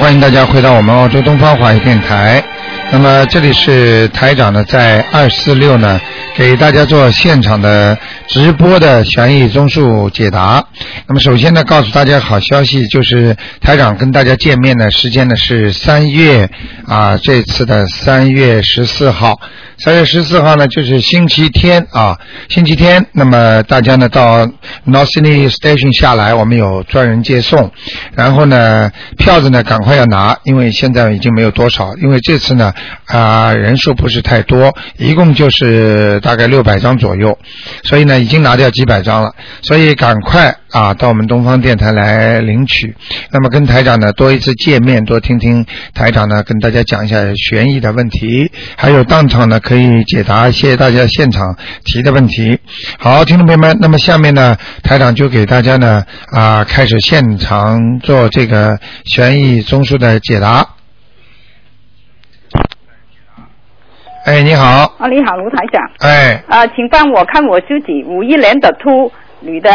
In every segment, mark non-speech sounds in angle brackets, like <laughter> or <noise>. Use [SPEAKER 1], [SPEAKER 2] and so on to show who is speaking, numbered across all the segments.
[SPEAKER 1] 欢迎大家回到我们澳洲东方华语电台。那么这里是台长呢，在二四六呢，给大家做现场的直播的悬疑综述解答。那么首先呢，告诉大家好消息，就是台长跟大家见面的时间呢是三月啊，这次的三月十四号，三月十四号呢就是星期天啊，星期天。那么大家呢到 North Sydney Station 下来，我们有专人接送。然后呢，票子呢赶快要拿，因为现在已经没有多少，因为这次呢啊、人数不是太多，一共就是大概六百张左右，所以呢已经拿掉几百张了，所以赶快啊到我们东方电台来领取。那么跟台长呢多一次见面，多听听台长呢跟大家讲一下悬疑的问题，还有当场呢可以解答一些大家现场提的问题。好，听众朋友们，那么下面呢台长就给大家呢啊、开始现场做这个悬疑综述的解答。哎，你好，
[SPEAKER 2] 啊，你好，卢台长。
[SPEAKER 1] 哎，
[SPEAKER 2] 啊，请帮我看我自己五一年的兔女的。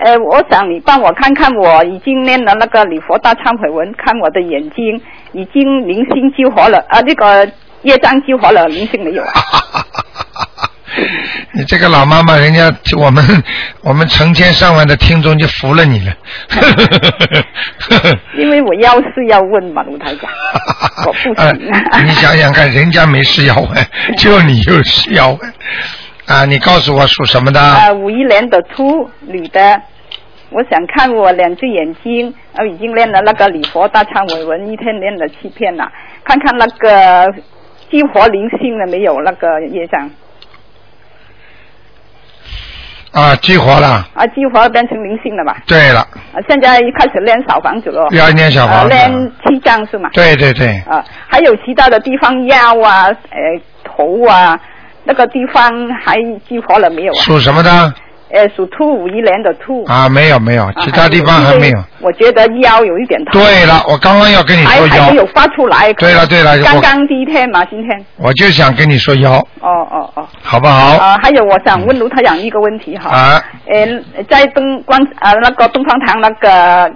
[SPEAKER 2] 呃，我想你帮我看看，我已经念了那个礼佛大忏悔文，看我的眼睛已经明星激活了啊，这个业障激活了，明星没有啊？
[SPEAKER 1] 你 <laughs> 这个老妈妈，人家我们我们成千上万的听众就服了你了。
[SPEAKER 2] 因为我要是要问嘛，卢台长，我
[SPEAKER 1] <laughs>
[SPEAKER 2] 不
[SPEAKER 1] 呃
[SPEAKER 2] 行。
[SPEAKER 1] 你想想看，人家没事要
[SPEAKER 2] <laughs>
[SPEAKER 1] 问，就你有事要问啊！你告诉我属什么的？
[SPEAKER 2] 啊，五一年的兔女的，我想看我两只眼睛，呃，已经练了那个礼佛大忏悔文，一天练了七篇了，看看那个激活灵性了没有？那个业障
[SPEAKER 1] 啊，激活了。
[SPEAKER 2] 啊，激活变成灵性了吧？
[SPEAKER 1] 对了，
[SPEAKER 2] 啊，现在开始练小房子了，
[SPEAKER 1] 要念小
[SPEAKER 2] 啊，
[SPEAKER 1] 房子了。
[SPEAKER 2] 练七张是吗？
[SPEAKER 1] 对对对，
[SPEAKER 2] 啊，还有其他的地方腰啊，呃，头啊，那个地方还激活了没有啊？
[SPEAKER 1] 属什么的？
[SPEAKER 2] 呃，属兔五一年的兔。
[SPEAKER 1] 啊，没有没有，其他地方还没有。。
[SPEAKER 2] 我觉得腰有一点痛。
[SPEAKER 1] 对了，我刚刚要跟你
[SPEAKER 2] 还
[SPEAKER 1] 说
[SPEAKER 2] 还没有
[SPEAKER 1] 腰，
[SPEAKER 2] 发出来。
[SPEAKER 1] 对了对了我
[SPEAKER 2] 刚刚第一天嘛，今天。
[SPEAKER 1] 我就想跟你说腰，
[SPEAKER 2] 哦哦哦。
[SPEAKER 1] 好不好？
[SPEAKER 2] 啊，还有我想问卢台长一个问题哈。。
[SPEAKER 1] 啊，
[SPEAKER 2] 呃，在东光呃那个东方堂那个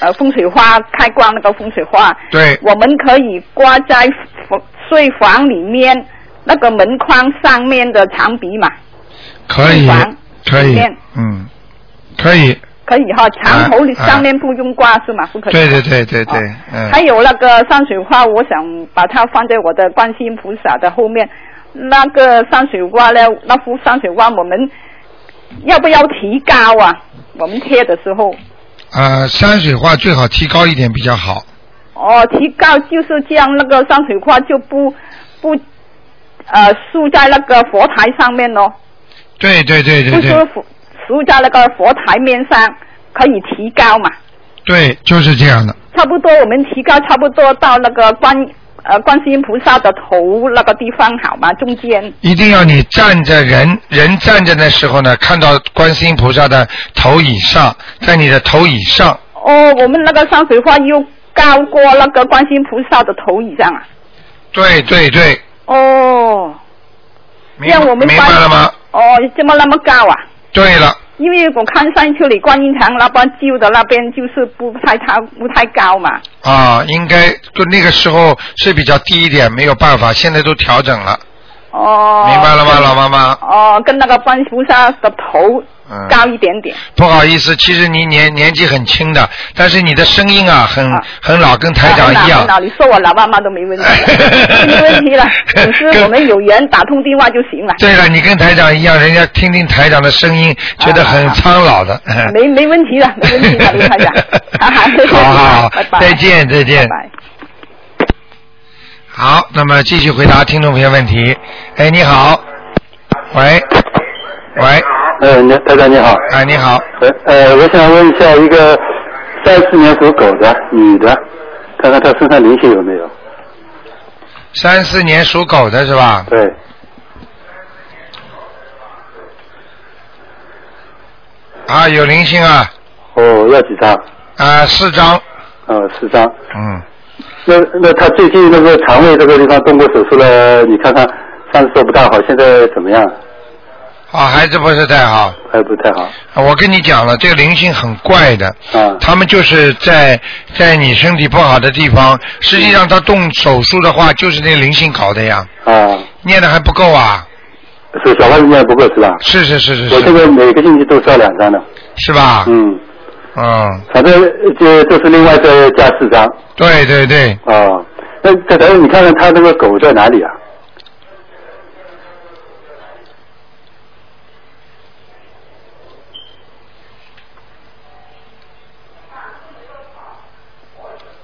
[SPEAKER 2] 呃风水花开光那个风水花，
[SPEAKER 1] 对，
[SPEAKER 2] 我们可以挂在房睡房里面那个门框上面的墙壁嘛，
[SPEAKER 1] 可以
[SPEAKER 2] 厨房，
[SPEAKER 1] 可以
[SPEAKER 2] 里面，
[SPEAKER 1] 嗯，可以，
[SPEAKER 2] 可以哈，墙头里
[SPEAKER 1] 啊
[SPEAKER 2] 上面不用挂是吗？不可以。
[SPEAKER 1] 对对对对对
[SPEAKER 2] 哦，
[SPEAKER 1] 嗯
[SPEAKER 2] 还，有那个山水画，我想把它放在我的观世音菩萨的后面。那个山水画呢，那幅山水画我们要不要提高啊？我们贴的时候，
[SPEAKER 1] 呃，山水画最好提高一点比较好。
[SPEAKER 2] 哦，提高就是这样，那个山水画就不不呃竖在那个佛台上面咯，
[SPEAKER 1] 对对对对
[SPEAKER 2] 不
[SPEAKER 1] 对
[SPEAKER 2] 是佛竖在那个佛台面上，可以提高嘛？
[SPEAKER 1] 对，就是这样的。
[SPEAKER 2] 差不多我们提高差不多到那个观呃观世音菩萨的头那个地方好吗？中间。
[SPEAKER 1] 一定要你站着人人站着的时候呢，看到观世音菩萨的头以上，在你的头以上，
[SPEAKER 2] 哦，我们那个山水画又高过那个观世音菩萨的头以上啊。
[SPEAKER 1] 对对对，
[SPEAKER 2] 哦，
[SPEAKER 1] 明
[SPEAKER 2] 让我们
[SPEAKER 1] 明白
[SPEAKER 2] 观
[SPEAKER 1] 了吗？？
[SPEAKER 2] 哦，怎么那么高啊？
[SPEAKER 1] 对了，
[SPEAKER 2] 因为我看山丘里观音堂那边旧的那边就是不太它不太高嘛。
[SPEAKER 1] 啊，应该就那个时候是比较低一点，没有办法，现在都调整了，
[SPEAKER 2] 哦。
[SPEAKER 1] 明白了吗，老妈妈？
[SPEAKER 2] 哦，跟那个观世菩萨的头
[SPEAKER 1] 嗯，
[SPEAKER 2] 高一点点。
[SPEAKER 1] 不好意思，其实你年年纪很轻的，但是你的声音啊，很
[SPEAKER 2] 啊
[SPEAKER 1] 很老，跟台长一样
[SPEAKER 2] 啊。那你说我老爸妈都没问题
[SPEAKER 1] <laughs>
[SPEAKER 2] 了，没问题了。总之我们有缘打通电话就行了，
[SPEAKER 1] 对了，你跟台长一样，人家听听台长的声音，觉得很苍老的。
[SPEAKER 2] 啊没没问题了，没问题了，卢台长。哈哈，
[SPEAKER 1] <laughs>
[SPEAKER 2] 谢谢你
[SPEAKER 1] 好
[SPEAKER 2] 啊
[SPEAKER 1] 好好
[SPEAKER 2] 拜拜，
[SPEAKER 1] 再见再见
[SPEAKER 2] 拜拜。
[SPEAKER 1] 好，那么继续回答听众朋友问题。哎，你好，喂，喂，
[SPEAKER 3] 呃，你台长你好，
[SPEAKER 1] 哎，你好，
[SPEAKER 3] 呃呃，我想问一下一个三四年属狗的女的，看看她身上灵性有没有？
[SPEAKER 1] 三四年属狗的是吧？
[SPEAKER 3] 对，
[SPEAKER 1] 啊，有灵性啊，
[SPEAKER 3] 哦，要几张？
[SPEAKER 1] 啊，四张，
[SPEAKER 3] 呃，十张。
[SPEAKER 1] 嗯，
[SPEAKER 3] 那那她最近那个肠胃这个地方动过手术了，你看看上次说不大好，现在怎么样？
[SPEAKER 1] 啊，还是不是太好。啊
[SPEAKER 3] 还不太好
[SPEAKER 1] 我跟你讲了，这个灵性很怪的，
[SPEAKER 3] 啊。
[SPEAKER 1] 他们就是在在你身体不好的地方，实际上他动手术的话，就是那个灵性搞的呀，
[SPEAKER 3] 啊，
[SPEAKER 1] 念的还不够啊，
[SPEAKER 3] 是小房子念不够是吧？
[SPEAKER 1] 是是是是
[SPEAKER 3] 我这
[SPEAKER 1] 是，
[SPEAKER 3] 个每个星期都烧两张的，
[SPEAKER 1] 是吧？
[SPEAKER 3] 嗯，
[SPEAKER 1] 嗯，
[SPEAKER 3] 反正这都是另外再加四张
[SPEAKER 1] 对对对，
[SPEAKER 3] 啊。那这等你看看他那个狗在哪里啊？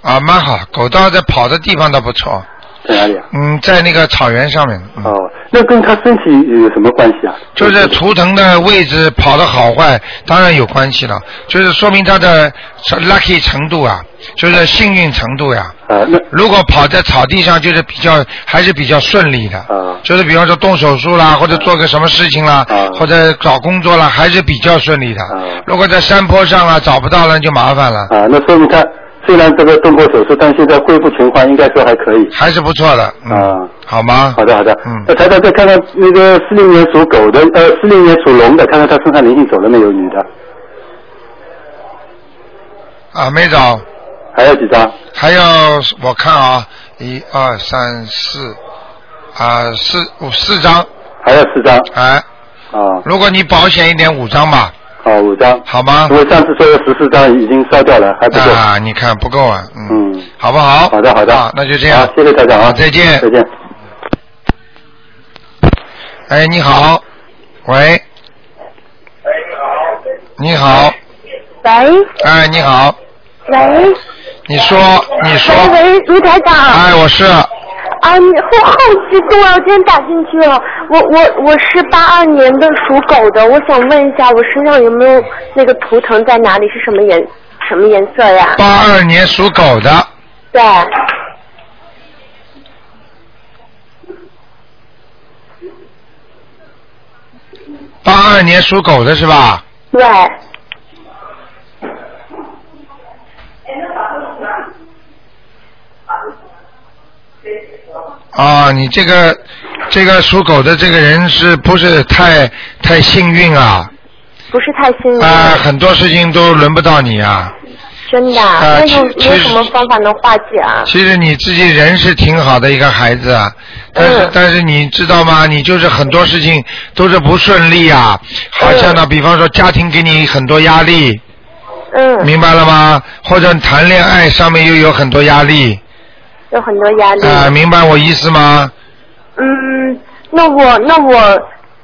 [SPEAKER 1] 啊，蛮好，狗倒在跑的地方倒不错，
[SPEAKER 3] 在哪里啊？
[SPEAKER 1] 嗯，在那个草原上面，嗯
[SPEAKER 3] 哦，那跟他身体有什么关系啊？
[SPEAKER 1] 就是图腾的位置跑的好坏，当然有关系了，就是说明他的 lucky 程度啊，就是幸运程度呀、
[SPEAKER 3] 啊，那
[SPEAKER 1] 如果跑在草地上，就是比较还是比较顺利的，
[SPEAKER 3] 啊
[SPEAKER 1] 就是比方说动手术啦，或者做个什么事情啦，
[SPEAKER 3] 啊
[SPEAKER 1] 或者找工作啦，还是比较顺利的。
[SPEAKER 3] 啊
[SPEAKER 1] 如果在山坡上啊找不到了，就麻烦了，
[SPEAKER 3] 啊，那说明他虽然这个动过手术，但现在恢复情况应该说还可以。
[SPEAKER 1] 还是不错的，嗯，
[SPEAKER 3] 啊
[SPEAKER 1] 好吗？
[SPEAKER 3] 好的好的，
[SPEAKER 1] 嗯
[SPEAKER 3] 那台长再看看那个四零年属狗的，呃，四零年属龙的，看看他身上灵性走了没有？女的
[SPEAKER 1] 啊，没找，
[SPEAKER 3] 还有几张？
[SPEAKER 1] 还有我看啊，一二三四，啊四五四张，
[SPEAKER 3] 还有四张
[SPEAKER 1] 哎，
[SPEAKER 3] 啊，
[SPEAKER 1] 如果你保险一点，五张吧，
[SPEAKER 3] 啊五张。
[SPEAKER 1] 好吗
[SPEAKER 3] 因？为上次说的十四张已经烧掉了，还不够。
[SPEAKER 1] 啊，你看不够啊，嗯，
[SPEAKER 3] 嗯，
[SPEAKER 1] 好不好？
[SPEAKER 3] 好的好的，
[SPEAKER 1] 啊，那就这样
[SPEAKER 3] 好，，谢谢台长啊，
[SPEAKER 1] 好再见
[SPEAKER 3] 再见。
[SPEAKER 1] 哎，你好，喂，你好，
[SPEAKER 4] 喂
[SPEAKER 1] 哎，你好，
[SPEAKER 4] 喂
[SPEAKER 1] 你说，你说，
[SPEAKER 4] 喂喂，卢台长
[SPEAKER 1] 哎，我是
[SPEAKER 4] 啊，你后后激动了，我今天打进去了。啊我我我是八二年的属狗的，我想问一下，我身上有没有那个图腾在哪里？是什么颜什么颜色呀？
[SPEAKER 1] 八二年属狗的，
[SPEAKER 4] 对，
[SPEAKER 1] 八二年属狗的是吧？
[SPEAKER 4] 对，
[SPEAKER 1] 啊，你这个这个属狗的这个人是不是太太幸运啊？
[SPEAKER 4] 不是太幸运，
[SPEAKER 1] 啊，很多事情都轮不到你啊。
[SPEAKER 4] 真的。
[SPEAKER 1] 啊
[SPEAKER 4] 那
[SPEAKER 1] 其
[SPEAKER 4] 有
[SPEAKER 1] 其
[SPEAKER 4] 有
[SPEAKER 1] 实
[SPEAKER 4] 什么方法能化解啊？
[SPEAKER 1] 其实你自己人是挺好的一个孩子，啊，但是、
[SPEAKER 4] 嗯
[SPEAKER 1] 但是你知道吗？你就是很多事情都是不顺利啊，好像呢，比方说家庭给你很多压力，
[SPEAKER 4] 嗯，
[SPEAKER 1] 明白了吗？或者谈恋爱上面又有很多压力，
[SPEAKER 4] 有很多压力。
[SPEAKER 1] 啊、明白我意思吗？
[SPEAKER 4] 嗯，那我那我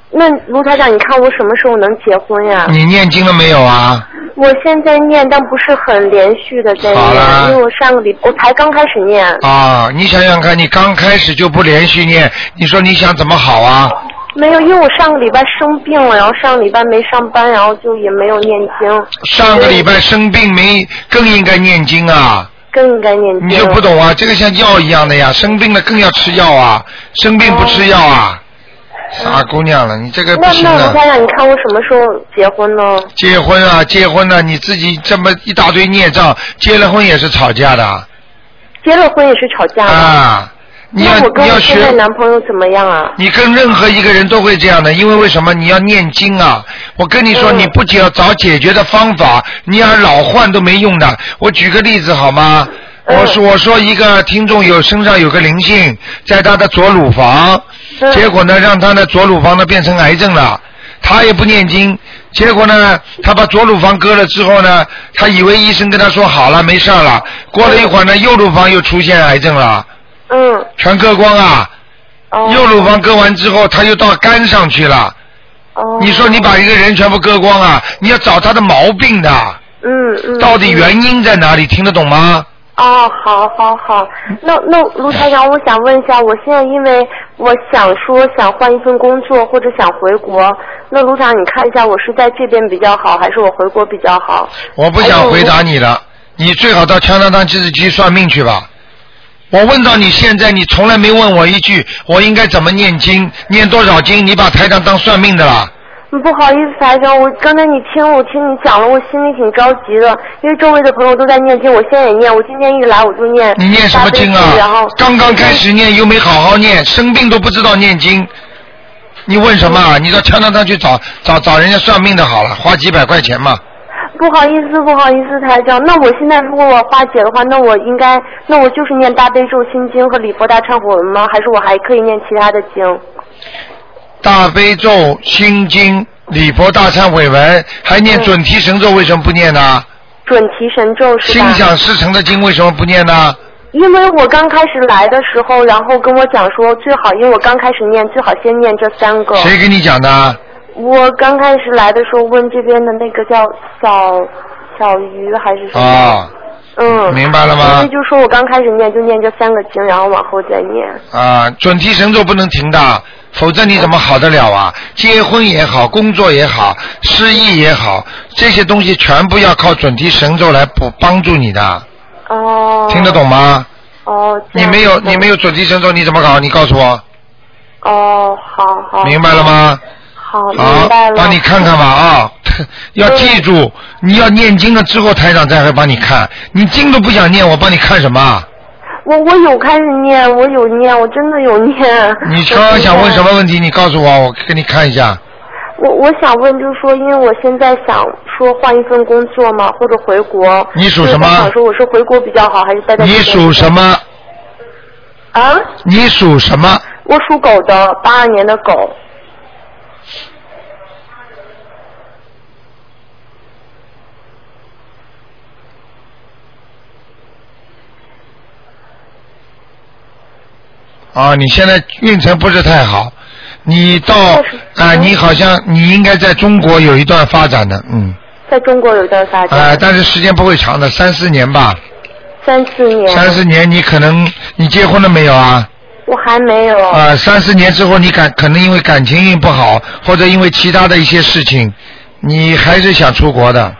[SPEAKER 4] 那卢台长，你看我什么时候能结婚呀？
[SPEAKER 1] 你念经了没有啊？
[SPEAKER 4] 我现在念，但不是很连续的在
[SPEAKER 1] 好啦
[SPEAKER 4] 念，因为我上个礼我才刚开始念，
[SPEAKER 1] 啊，你想想看，你刚开始就不连续念，你说你想怎么好啊？
[SPEAKER 4] 没有，因为我上个礼拜生病了，然后上个礼拜没上班，然后就也没有念经，
[SPEAKER 1] 上个礼拜生病没，更应该念经啊。
[SPEAKER 4] 更应该念经。
[SPEAKER 1] 你就不懂啊，这个像药一样的呀，生病了更要吃药啊，生病不吃药啊，傻姑娘了，你这个不
[SPEAKER 4] 那
[SPEAKER 1] 行
[SPEAKER 4] 那
[SPEAKER 1] 的
[SPEAKER 4] 卢。台长，你看我什么时候结婚呢？
[SPEAKER 1] 结婚啊，结婚啊，你自己这么一大堆孽障，结了婚也是吵架的
[SPEAKER 4] 结了婚也是吵架的。
[SPEAKER 1] 啊。你要
[SPEAKER 4] 那我跟
[SPEAKER 1] 你要
[SPEAKER 4] 我现在
[SPEAKER 1] 学，
[SPEAKER 4] 男朋友怎么样啊？
[SPEAKER 1] 你跟任何一个人都会这样的，因为为什么？你要念经啊！我跟你说，
[SPEAKER 4] 嗯
[SPEAKER 1] 你不仅要找解决的方法，你要老换都没用的。我举个例子好吗？
[SPEAKER 4] 嗯
[SPEAKER 1] 我说我说一个听众有身上有个灵性，在他的左乳房，
[SPEAKER 4] 嗯
[SPEAKER 1] 结果呢，让他的左乳房呢变成癌症了，他也不念经，结果呢，他把左乳房割了之后呢，他以为医生跟他说好了没事儿了，过了一会儿呢，右乳房又出现癌症了，
[SPEAKER 4] 嗯，
[SPEAKER 1] 全割光啊，
[SPEAKER 4] 哦，
[SPEAKER 1] 右乳房割完之后，他又到肝上去了，
[SPEAKER 4] 哦，
[SPEAKER 1] 你说你把一个人全部割光啊，你要找他的毛病的，
[SPEAKER 4] 嗯嗯，
[SPEAKER 1] 到底
[SPEAKER 4] 嗯
[SPEAKER 1] 原因在哪里？听得懂吗？
[SPEAKER 4] 哦，好，好，好。
[SPEAKER 1] 嗯
[SPEAKER 4] 那那卢台长，我想问一下，我现在因为我想说想换一份工作或者想回国，那卢台长你看一下，我是在这边比较好，还是我回国比较好？
[SPEAKER 1] 我不想回答
[SPEAKER 4] 哎
[SPEAKER 1] 你了，你最好到枪当当计时器算命去吧。我问到你现在，你从来没问我一句，我应该怎么念经，念多少经？你把台长当算命的啦？
[SPEAKER 4] 嗯不好意思，台长，我刚才你听我听你讲了，我心里挺着急的，因为周围的朋友都在念经，我现在也念，我今天一来我就念。
[SPEAKER 1] 你念什么经
[SPEAKER 4] 大悲咒然
[SPEAKER 1] 啊
[SPEAKER 4] 后？
[SPEAKER 1] 刚刚开。始念又没好好念，生病都不知道念经，你问什么
[SPEAKER 4] 嗯
[SPEAKER 1] 啊？你到墙上上去找找找人家算命的好了，花几百块钱嘛。
[SPEAKER 4] 不好意思，不好意思，台长。那我现在如果我化解的话，那我应该，那我就是念大悲咒心经和礼佛大忏悔文吗？还是我还可以念其他的经？
[SPEAKER 1] 大悲咒、心经、礼佛大忏悔文，还
[SPEAKER 4] 嗯
[SPEAKER 1] 念准提神咒，为什么不念呢？
[SPEAKER 4] 准提神咒是
[SPEAKER 1] 心
[SPEAKER 4] 吧？
[SPEAKER 1] 想事成的经为什么不念呢？
[SPEAKER 4] 因为我刚开始来的时候，然后跟我讲说最好，因为我刚开始念，最好先念这三个。
[SPEAKER 1] 谁给你讲的？
[SPEAKER 4] 我刚开始来的时候问这边的那个叫小小鱼还是什么？
[SPEAKER 1] 啊
[SPEAKER 4] 嗯，
[SPEAKER 1] 明白了吗
[SPEAKER 4] 所以就说我刚开始念就念这三个经，然后往后再念。
[SPEAKER 1] 啊，准提神咒不能停的，否则你怎么好得了啊？结婚也好，工作也好，失意也好，这些东西全部要靠准提神咒来补帮助你的，
[SPEAKER 4] 哦。
[SPEAKER 1] 听得懂吗？
[SPEAKER 4] 哦。这
[SPEAKER 1] 你
[SPEAKER 4] 样
[SPEAKER 1] 没有
[SPEAKER 4] 子
[SPEAKER 1] 你没有准提神咒，你怎么搞？你告诉我，
[SPEAKER 4] 哦，好好。
[SPEAKER 1] 明白了？吗？
[SPEAKER 4] 好，
[SPEAKER 1] 好
[SPEAKER 4] 明白，了。嗯
[SPEAKER 1] 帮你看看吧啊！ <laughs> 要记住，你要念经了之后，台长才会帮你看。你经都不想念，我帮你看什么啊？
[SPEAKER 4] 我我有开始念，我有念，我真的有念。
[SPEAKER 1] 你刚刚想问什么问题？你告诉我，我给你看一下。
[SPEAKER 4] 我我想问，就是说，因为我现在想说换一份工作嘛，或者回国。
[SPEAKER 1] 你属什么
[SPEAKER 4] 所以我想说我是回国比较好，还是待在？
[SPEAKER 1] 你属什？么？
[SPEAKER 4] 啊，
[SPEAKER 1] 你属什么？
[SPEAKER 4] 我属狗的，八二年的狗。
[SPEAKER 1] 啊，你现在运程不是太好，你到啊、
[SPEAKER 4] 哦是嗯
[SPEAKER 1] 你好像你应该在中国有一段发展的，嗯，
[SPEAKER 4] 在中国有一段发
[SPEAKER 1] 啊、
[SPEAKER 4] 展，
[SPEAKER 1] 但是时间不会长的，三四年吧，
[SPEAKER 4] 三四年，
[SPEAKER 1] 三四年你可能你结婚了没有啊？
[SPEAKER 4] 我还没有。
[SPEAKER 1] 啊、三四年之后你感可能因为感情运不好，或者因为其他的一些事情，你还是想出国的，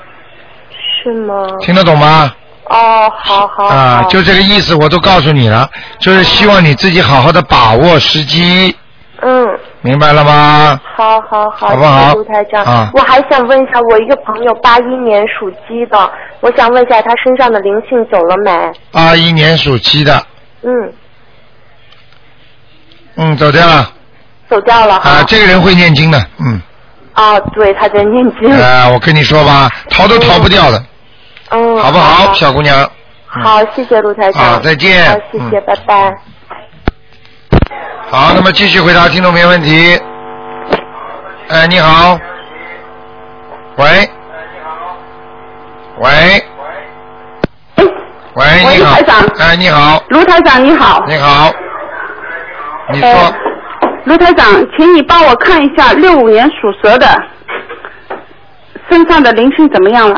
[SPEAKER 4] 是吗？
[SPEAKER 1] 听得懂吗？
[SPEAKER 4] 哦，好好
[SPEAKER 1] 啊、
[SPEAKER 4] 好
[SPEAKER 1] 就这个意思，我都告诉你了，就是希望你自己好好的把握时机，
[SPEAKER 4] 嗯，
[SPEAKER 1] 明白了吗？
[SPEAKER 4] 好好好，
[SPEAKER 1] 好不好
[SPEAKER 4] 谢谢卢台长，
[SPEAKER 1] 啊
[SPEAKER 4] 我还想问一下，我一个朋友八一年属鸡的，我想问一下他身上的灵性走了没？
[SPEAKER 1] 二一年属鸡的，
[SPEAKER 4] 嗯，
[SPEAKER 1] 嗯，走掉了。
[SPEAKER 4] 走掉了哈。
[SPEAKER 1] 啊，这个人会念经的，嗯，
[SPEAKER 4] 啊，对，他在念经。
[SPEAKER 1] 啊，我跟你说吧，逃都逃不掉的，
[SPEAKER 4] 嗯，
[SPEAKER 1] 好不
[SPEAKER 4] 好？
[SPEAKER 1] 小姑娘，
[SPEAKER 4] 好，谢谢卢台长。
[SPEAKER 1] 啊再见
[SPEAKER 4] 好，谢谢，
[SPEAKER 1] 嗯
[SPEAKER 4] 拜拜。
[SPEAKER 1] 好，那么继续回答听众朋友问题。哎，你好，喂，喂，喂，
[SPEAKER 5] 喂
[SPEAKER 1] 你好
[SPEAKER 5] 台长，
[SPEAKER 1] 哎，你好，
[SPEAKER 5] 卢台长你好，
[SPEAKER 1] 你好，你说
[SPEAKER 5] 呃，卢台长，请你帮我看一下六五年属蛇的身上的灵性怎么样了？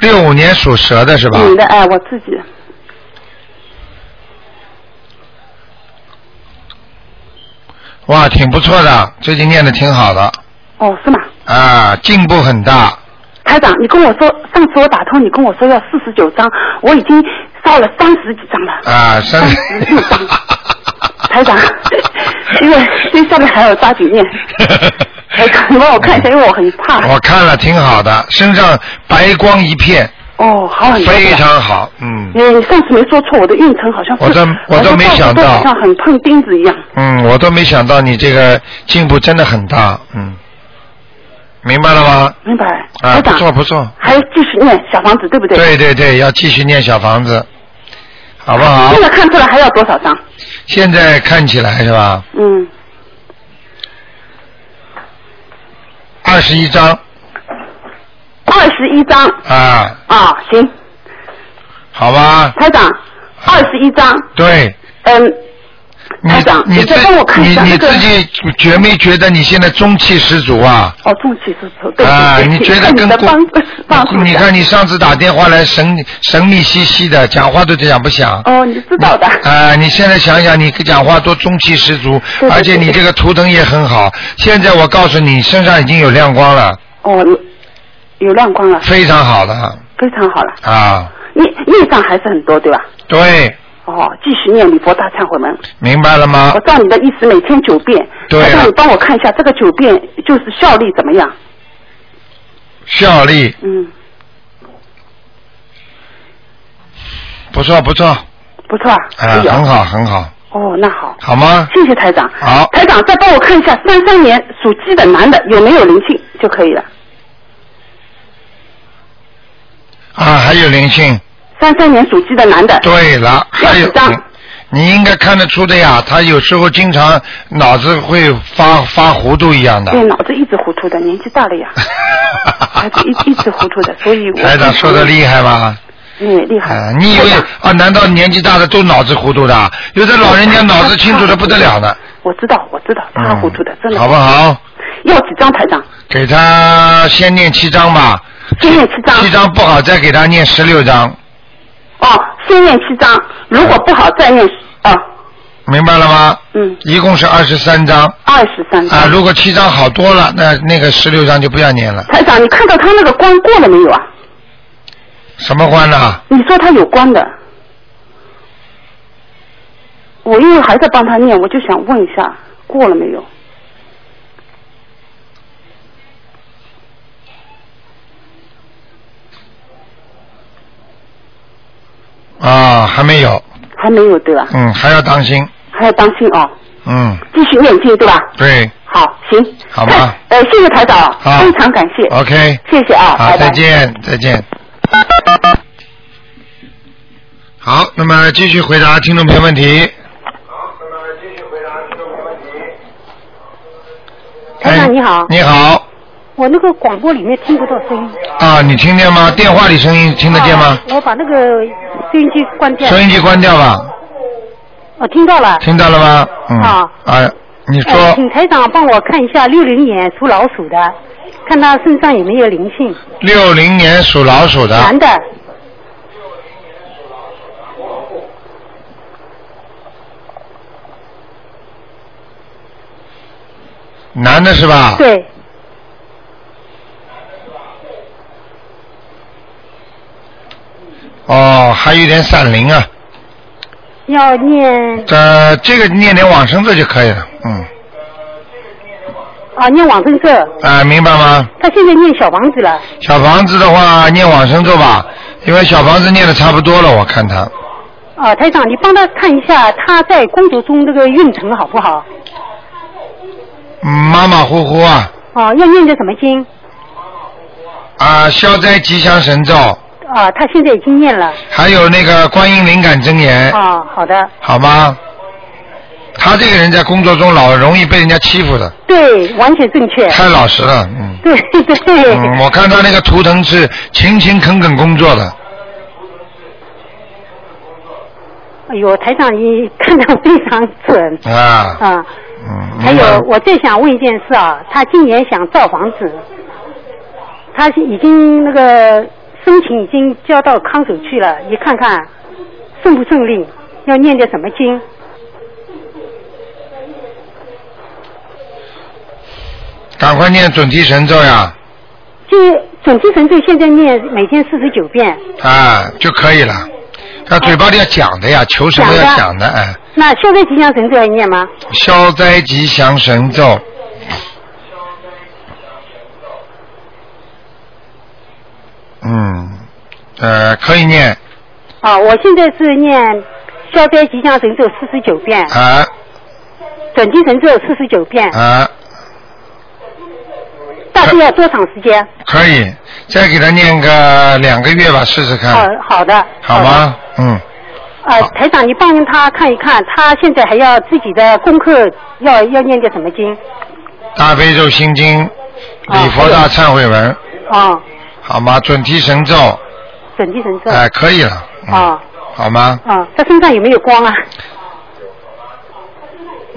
[SPEAKER 1] 六五年属蛇的是吧？
[SPEAKER 6] 嗯
[SPEAKER 5] 女的，哎，我自己，
[SPEAKER 1] 哇，挺不错的，最近念的挺好的，
[SPEAKER 5] 哦，是吗？
[SPEAKER 1] 啊，进步很大，
[SPEAKER 5] 台长，你跟我说，上次我打通，你跟我说要四十九张，我已经烧了三十几张了。
[SPEAKER 1] 啊，三十
[SPEAKER 5] 三十六张。台长，因为因为下面还有抓紧
[SPEAKER 1] <laughs>
[SPEAKER 5] 念。台长，你帮我看一下，因为我很怕。
[SPEAKER 1] 我看了挺好的，身上白光一片，
[SPEAKER 5] 哦，好很多。
[SPEAKER 1] 非常好，嗯
[SPEAKER 5] 你你上次没说错，我的运程好像是
[SPEAKER 1] 我都我都没想到
[SPEAKER 5] 好像很碰钉子一样。
[SPEAKER 1] 嗯，我都没想到你这个进步真的很大，嗯，明白了吗？
[SPEAKER 5] 明白，
[SPEAKER 1] 啊，
[SPEAKER 5] 台
[SPEAKER 1] 不
[SPEAKER 5] 长，
[SPEAKER 1] 错不错，
[SPEAKER 5] 还继续念小房子，对不对？。
[SPEAKER 1] 对对对，要继续念小房子，好不好
[SPEAKER 5] 现？在看出来还要多少张？
[SPEAKER 1] 现在看起来是吧？
[SPEAKER 5] 嗯，
[SPEAKER 1] 二十一章
[SPEAKER 5] 二十一张
[SPEAKER 1] 啊，
[SPEAKER 5] 啊，行，
[SPEAKER 1] 好吧？啊
[SPEAKER 5] 台长，二十一张，
[SPEAKER 1] 对，
[SPEAKER 5] 嗯，
[SPEAKER 1] 你
[SPEAKER 5] 台长
[SPEAKER 1] 你
[SPEAKER 5] 你
[SPEAKER 1] 自
[SPEAKER 5] 再帮我看一
[SPEAKER 1] 你
[SPEAKER 5] 下
[SPEAKER 1] 你
[SPEAKER 5] 那个
[SPEAKER 1] 自己觉没觉得你现在中气十足啊？
[SPEAKER 5] 哦，中气十足，对
[SPEAKER 1] 啊，
[SPEAKER 5] 对对
[SPEAKER 1] 你觉得
[SPEAKER 5] 看
[SPEAKER 7] <laughs>
[SPEAKER 5] <laughs>
[SPEAKER 1] 跟
[SPEAKER 5] 你的
[SPEAKER 1] 过 <laughs>
[SPEAKER 5] 帮帮助
[SPEAKER 1] 你
[SPEAKER 5] 一下
[SPEAKER 1] 看你上次打电话来神神秘兮兮的，讲话都讲不响。
[SPEAKER 5] 哦，你知道的，
[SPEAKER 1] 啊，你现在想想，你讲话多中气十足，
[SPEAKER 5] 对对
[SPEAKER 1] 而且你这个图腾也很好。现在我告诉你，身上已经有亮光了，
[SPEAKER 5] 哦，有亮光了，
[SPEAKER 1] 非常好了
[SPEAKER 5] 非常好了，
[SPEAKER 1] 啊！
[SPEAKER 5] 孽孽障还是很多，对吧？
[SPEAKER 1] 对，
[SPEAKER 5] 哦，继续念礼佛大忏悔文。
[SPEAKER 1] 明白了吗
[SPEAKER 5] 我？照你的意思每天九遍。
[SPEAKER 1] 对啊了
[SPEAKER 5] 台长，你帮我看一下这个九遍就是效力怎么样？
[SPEAKER 1] 效力
[SPEAKER 5] 嗯，
[SPEAKER 1] 不错不错，
[SPEAKER 5] 不不错，
[SPEAKER 1] 啊，
[SPEAKER 5] 有
[SPEAKER 1] 很好很好，
[SPEAKER 5] 哦，那好，
[SPEAKER 1] 好吗？
[SPEAKER 5] 谢谢台长。
[SPEAKER 1] 好，
[SPEAKER 5] 台长，再帮我看一下三三年属鸡的男的有没有灵性就可以
[SPEAKER 1] <laughs>
[SPEAKER 5] 了。
[SPEAKER 1] 啊，还有灵性。
[SPEAKER 5] 三三年属鸡的男的，
[SPEAKER 1] 对了，还有
[SPEAKER 5] 要几张
[SPEAKER 1] 你应该看得出的呀，他有时候经常脑子会发发糊涂一样的。
[SPEAKER 5] 对，脑子一直糊涂的，年纪大了呀，孩子一一直糊涂的，所以我
[SPEAKER 1] <laughs> 台长说的厉害吧？
[SPEAKER 5] 嗯，厉害。
[SPEAKER 1] 啊，你以为
[SPEAKER 5] 台长
[SPEAKER 1] 啊？难道年纪大的都脑子糊涂的啊？ <laughs> 有的老人家脑子清楚的不得了呢。
[SPEAKER 5] <laughs> 我知道，我知道，他
[SPEAKER 1] 嗯，
[SPEAKER 5] 糊涂的，真的。
[SPEAKER 1] 好不？好？
[SPEAKER 5] 要几张台长？
[SPEAKER 1] 给他先念七章吧，
[SPEAKER 5] 先念七张。
[SPEAKER 1] 七章不好再给他念十六章，
[SPEAKER 5] 哦，先念七张，如果不好再念哦，
[SPEAKER 1] 嗯明白了吗？
[SPEAKER 5] 嗯，
[SPEAKER 1] 一共是二十三章
[SPEAKER 5] 二十三张。
[SPEAKER 1] 啊，如果七章好多了，那那个十六章就不要念了。
[SPEAKER 5] 台长，你看到他那个关过了没有啊？
[SPEAKER 1] 什么关啊呢？
[SPEAKER 5] 你说他有关的，我因为还在帮他念，我就想问一下，过了没有？
[SPEAKER 1] 啊，还没有，
[SPEAKER 5] 还没有对吧？
[SPEAKER 1] 嗯，还要当心，
[SPEAKER 5] 还要当心哦，
[SPEAKER 1] 嗯，
[SPEAKER 5] 继续念经对吧？
[SPEAKER 1] 对
[SPEAKER 5] 好，行，<coughs>
[SPEAKER 1] 好吧
[SPEAKER 5] 呃，谢谢台长，
[SPEAKER 1] 好
[SPEAKER 5] 非常感谢，
[SPEAKER 1] ，OK，
[SPEAKER 5] 谢谢啊，
[SPEAKER 1] 好，
[SPEAKER 5] 拜
[SPEAKER 1] 再
[SPEAKER 5] 拜。
[SPEAKER 1] 见，再见。好，那么继续回答听众朋友问题。好，那
[SPEAKER 6] 台
[SPEAKER 1] 么继续回答听众朋友问题。
[SPEAKER 6] 长你好
[SPEAKER 1] 哎你好，
[SPEAKER 6] 我那个广播里面听不到声音，
[SPEAKER 1] 啊，你听见吗？电话里声音听得见吗？
[SPEAKER 6] 啊我把那个收音机关掉。
[SPEAKER 1] 收音机关掉吧，
[SPEAKER 6] 我听到了。
[SPEAKER 1] 听到了吗？嗯。
[SPEAKER 6] 啊
[SPEAKER 1] 啊，你
[SPEAKER 6] 哎
[SPEAKER 1] 说
[SPEAKER 6] 请台长帮我看一下六零年属老鼠的，看他身上有没有灵性，
[SPEAKER 1] 六零年属老鼠的，
[SPEAKER 6] 男的。
[SPEAKER 1] 男的是吧？。
[SPEAKER 6] 对，
[SPEAKER 1] 哦，还有点闪灵啊。
[SPEAKER 6] 要念
[SPEAKER 1] 呃，这个念点往生咒就可以了，嗯，
[SPEAKER 6] 啊念往生咒，
[SPEAKER 1] 啊、明白吗？
[SPEAKER 6] 他现在念小房子了。
[SPEAKER 1] 小房子的话，念往生咒吧，因为小房子念的差不多了，我看他
[SPEAKER 6] 啊，台长，你帮他看一下他在工作中这个运程好不好？
[SPEAKER 1] 嗯马马虎虎啊
[SPEAKER 6] 啊，要念的什么经？
[SPEAKER 1] 啊，消灾吉祥神咒，
[SPEAKER 6] <laughs> 啊，他现在已经念了。
[SPEAKER 1] 还有那个观音灵感真言，
[SPEAKER 6] 啊，好的。
[SPEAKER 1] 好吗？他这个人在工作中老容易被人家欺负的，
[SPEAKER 6] 对，完全正确。
[SPEAKER 1] 太老实了，嗯。
[SPEAKER 6] 对对。
[SPEAKER 1] 嗯，我看他那个图腾是勤勤恳恳工作的，
[SPEAKER 6] 哎呦，台长，你 <laughs> 看的非常准
[SPEAKER 1] 啊，
[SPEAKER 6] 啊！
[SPEAKER 1] 嗯，
[SPEAKER 6] 还
[SPEAKER 1] 明白
[SPEAKER 6] 有，我最想问一件事啊，他今年想造房子，他已经那个申请已经交到康首去了，你看看顺不顺利？要念的什么经？
[SPEAKER 1] 赶快念准提神咒呀，
[SPEAKER 6] 就准提神咒现在念每天四十九遍，
[SPEAKER 1] 啊，就可以了。他嘴巴里要讲的呀，求什么要讲
[SPEAKER 6] 哎讲
[SPEAKER 1] 的，哎，
[SPEAKER 6] 那消灾吉祥神咒要念吗？
[SPEAKER 1] 消灾吉祥神咒。嗯，呃，可以念
[SPEAKER 6] 啊，我现在是念消灾吉祥神咒四十九遍，
[SPEAKER 1] 啊
[SPEAKER 6] 准提神咒四十九遍，
[SPEAKER 1] 啊，
[SPEAKER 6] 大概要多长时间？
[SPEAKER 1] 可以，再给他念个两个月吧，试试
[SPEAKER 6] 好
[SPEAKER 1] 看，
[SPEAKER 6] 好的，
[SPEAKER 1] 好
[SPEAKER 6] 的
[SPEAKER 1] 吗？嗯，
[SPEAKER 6] 呃，台长，你帮他看一看，他现在还要自己的功课要要念点什么经？
[SPEAKER 1] 大悲咒心经、
[SPEAKER 6] 啊
[SPEAKER 1] 礼佛大忏悔文，
[SPEAKER 6] 哦，
[SPEAKER 1] 好吗？准提神咒，
[SPEAKER 6] 准提神咒。
[SPEAKER 1] 哎，嗯可以了，嗯
[SPEAKER 6] 哦，
[SPEAKER 1] 好吗？
[SPEAKER 6] 哦，他身上有没有光啊？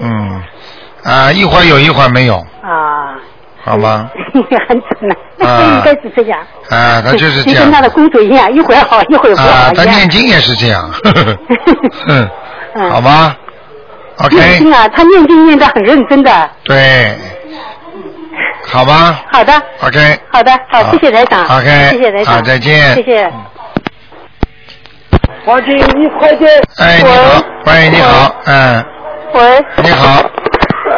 [SPEAKER 6] <laughs>
[SPEAKER 1] 嗯，啊，一会儿有一会儿没有，
[SPEAKER 6] 啊，
[SPEAKER 1] 好吗？
[SPEAKER 6] 很准
[SPEAKER 1] 啊
[SPEAKER 6] 啊， <laughs> 应该是这样。
[SPEAKER 1] 啊，他就是这
[SPEAKER 6] 你跟他的
[SPEAKER 1] 样。
[SPEAKER 6] 工作一样，一会儿好，一会儿不
[SPEAKER 1] 啊
[SPEAKER 6] 好，
[SPEAKER 1] 他
[SPEAKER 6] 一
[SPEAKER 1] 念
[SPEAKER 6] 样。
[SPEAKER 1] 经也是这样。 <laughs> 嗯，好吧
[SPEAKER 6] 念
[SPEAKER 1] ，OK，
[SPEAKER 6] 经啊，他念经念得很认真的。
[SPEAKER 1] 对，
[SPEAKER 6] 嗯
[SPEAKER 1] 好吧
[SPEAKER 6] 好的，
[SPEAKER 1] ，OK。
[SPEAKER 6] 好的，好，
[SPEAKER 1] 好
[SPEAKER 6] 谢谢台长。
[SPEAKER 1] OK，
[SPEAKER 6] 谢谢台
[SPEAKER 1] 好
[SPEAKER 6] 长。
[SPEAKER 1] 再见
[SPEAKER 6] 谢谢。
[SPEAKER 7] 黄金，你快点！
[SPEAKER 1] 哎，你好，喂，你好，嗯，
[SPEAKER 7] 喂，
[SPEAKER 1] 你好，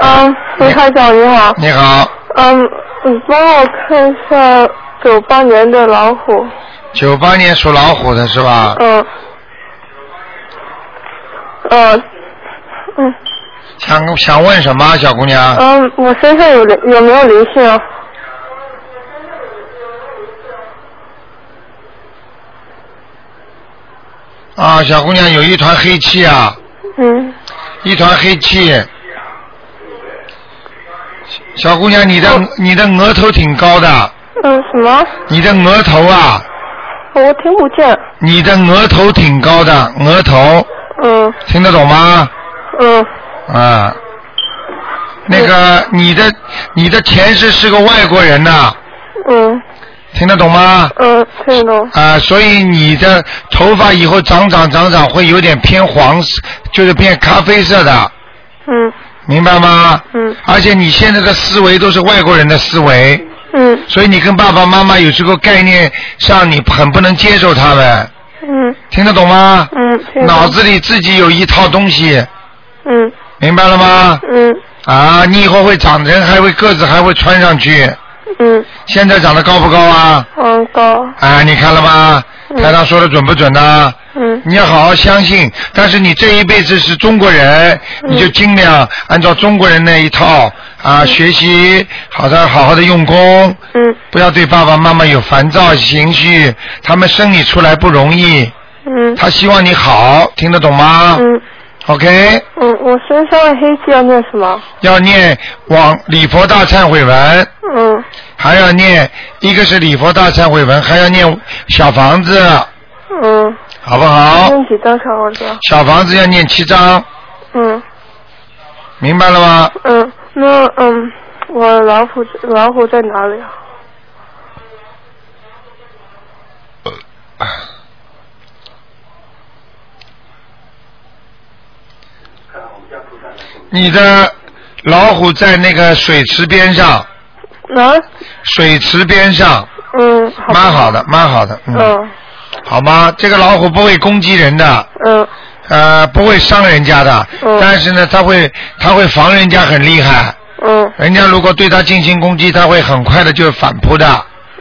[SPEAKER 7] 嗯，卢台长你好，
[SPEAKER 1] 你好，
[SPEAKER 7] 嗯，你帮我看一下九八年的老虎，
[SPEAKER 4] 嗯
[SPEAKER 1] 九八年属老虎的是吧？
[SPEAKER 7] 嗯，嗯嗯
[SPEAKER 1] 想想问什么，小姑娘？
[SPEAKER 7] 嗯，我身上有灵有没有灵性啊？
[SPEAKER 1] 啊，小姑娘有一团黑气啊，
[SPEAKER 7] 嗯，
[SPEAKER 1] 一团黑气。小姑娘，你的、
[SPEAKER 7] 哦
[SPEAKER 1] 你的额头挺高的，
[SPEAKER 7] 嗯，什么？
[SPEAKER 1] 你的额头啊，
[SPEAKER 7] 哦我听不见。
[SPEAKER 1] 你的额头挺高的，额头
[SPEAKER 7] 嗯
[SPEAKER 1] 听得懂吗？
[SPEAKER 7] 嗯
[SPEAKER 1] 啊，那个你的你的前世是个外国人呐、
[SPEAKER 7] 嗯
[SPEAKER 1] 听得懂吗？
[SPEAKER 7] 嗯，听得懂。
[SPEAKER 1] 啊，所以你的头发以后长长长长会有点偏黄色，就是变咖啡色的，
[SPEAKER 7] 嗯
[SPEAKER 1] 明白吗？
[SPEAKER 7] 嗯
[SPEAKER 1] 而且你现在的思维都是外国人的思维，
[SPEAKER 7] 嗯
[SPEAKER 1] 所以你跟爸爸妈妈有这个概念上，你很不能接受他们，
[SPEAKER 7] 嗯
[SPEAKER 1] 听得懂吗？
[SPEAKER 7] 嗯，听得懂
[SPEAKER 1] 脑子里自己有一套东西，
[SPEAKER 7] 嗯
[SPEAKER 1] 明白了吗？
[SPEAKER 7] 嗯
[SPEAKER 1] 啊，你以后会长人，还会个子还会穿上去。
[SPEAKER 7] 嗯
[SPEAKER 1] 现在长得高不高啊？
[SPEAKER 7] 嗯高
[SPEAKER 1] 啊，你看了吗？
[SPEAKER 7] 嗯
[SPEAKER 1] 台上说的准不准呢、
[SPEAKER 7] 嗯
[SPEAKER 1] 你要好好相信，但是你这一辈子是中国人，
[SPEAKER 7] 嗯
[SPEAKER 1] 你就尽量按照中国人那一套啊，学习，好的，好好的用功，
[SPEAKER 7] 嗯
[SPEAKER 1] 不要对爸爸妈妈有烦躁情绪，他们生你出来不容易，
[SPEAKER 7] 嗯
[SPEAKER 1] 他希望你好，听得懂吗、
[SPEAKER 7] 嗯
[SPEAKER 1] o k
[SPEAKER 7] 嗯，我身上的黑气要念什么？
[SPEAKER 1] 要念往礼佛大忏悔文，
[SPEAKER 7] 嗯
[SPEAKER 1] 还要念一个是礼佛大忏悔文，还要念小房子，
[SPEAKER 7] 嗯，
[SPEAKER 1] 好不好？
[SPEAKER 7] 念几张小王子？
[SPEAKER 1] 小房子要念七章，
[SPEAKER 7] 嗯
[SPEAKER 1] 明白了吗？
[SPEAKER 7] 嗯，那嗯，我老虎老虎在哪里啊？
[SPEAKER 1] 你的老虎在那个水池边上，
[SPEAKER 7] 啊？
[SPEAKER 1] 水池边上，
[SPEAKER 7] 嗯，好。
[SPEAKER 1] 蛮好。的，蛮好的，嗯，
[SPEAKER 7] 嗯
[SPEAKER 1] 好吗？这个老虎不会攻击人的，
[SPEAKER 7] 嗯
[SPEAKER 1] 呃，不会伤人家的，
[SPEAKER 7] 嗯
[SPEAKER 1] 但是呢，它会它会防人家很厉害，
[SPEAKER 7] 嗯
[SPEAKER 1] 人家如果对它进行攻击，它会很快的就反扑的，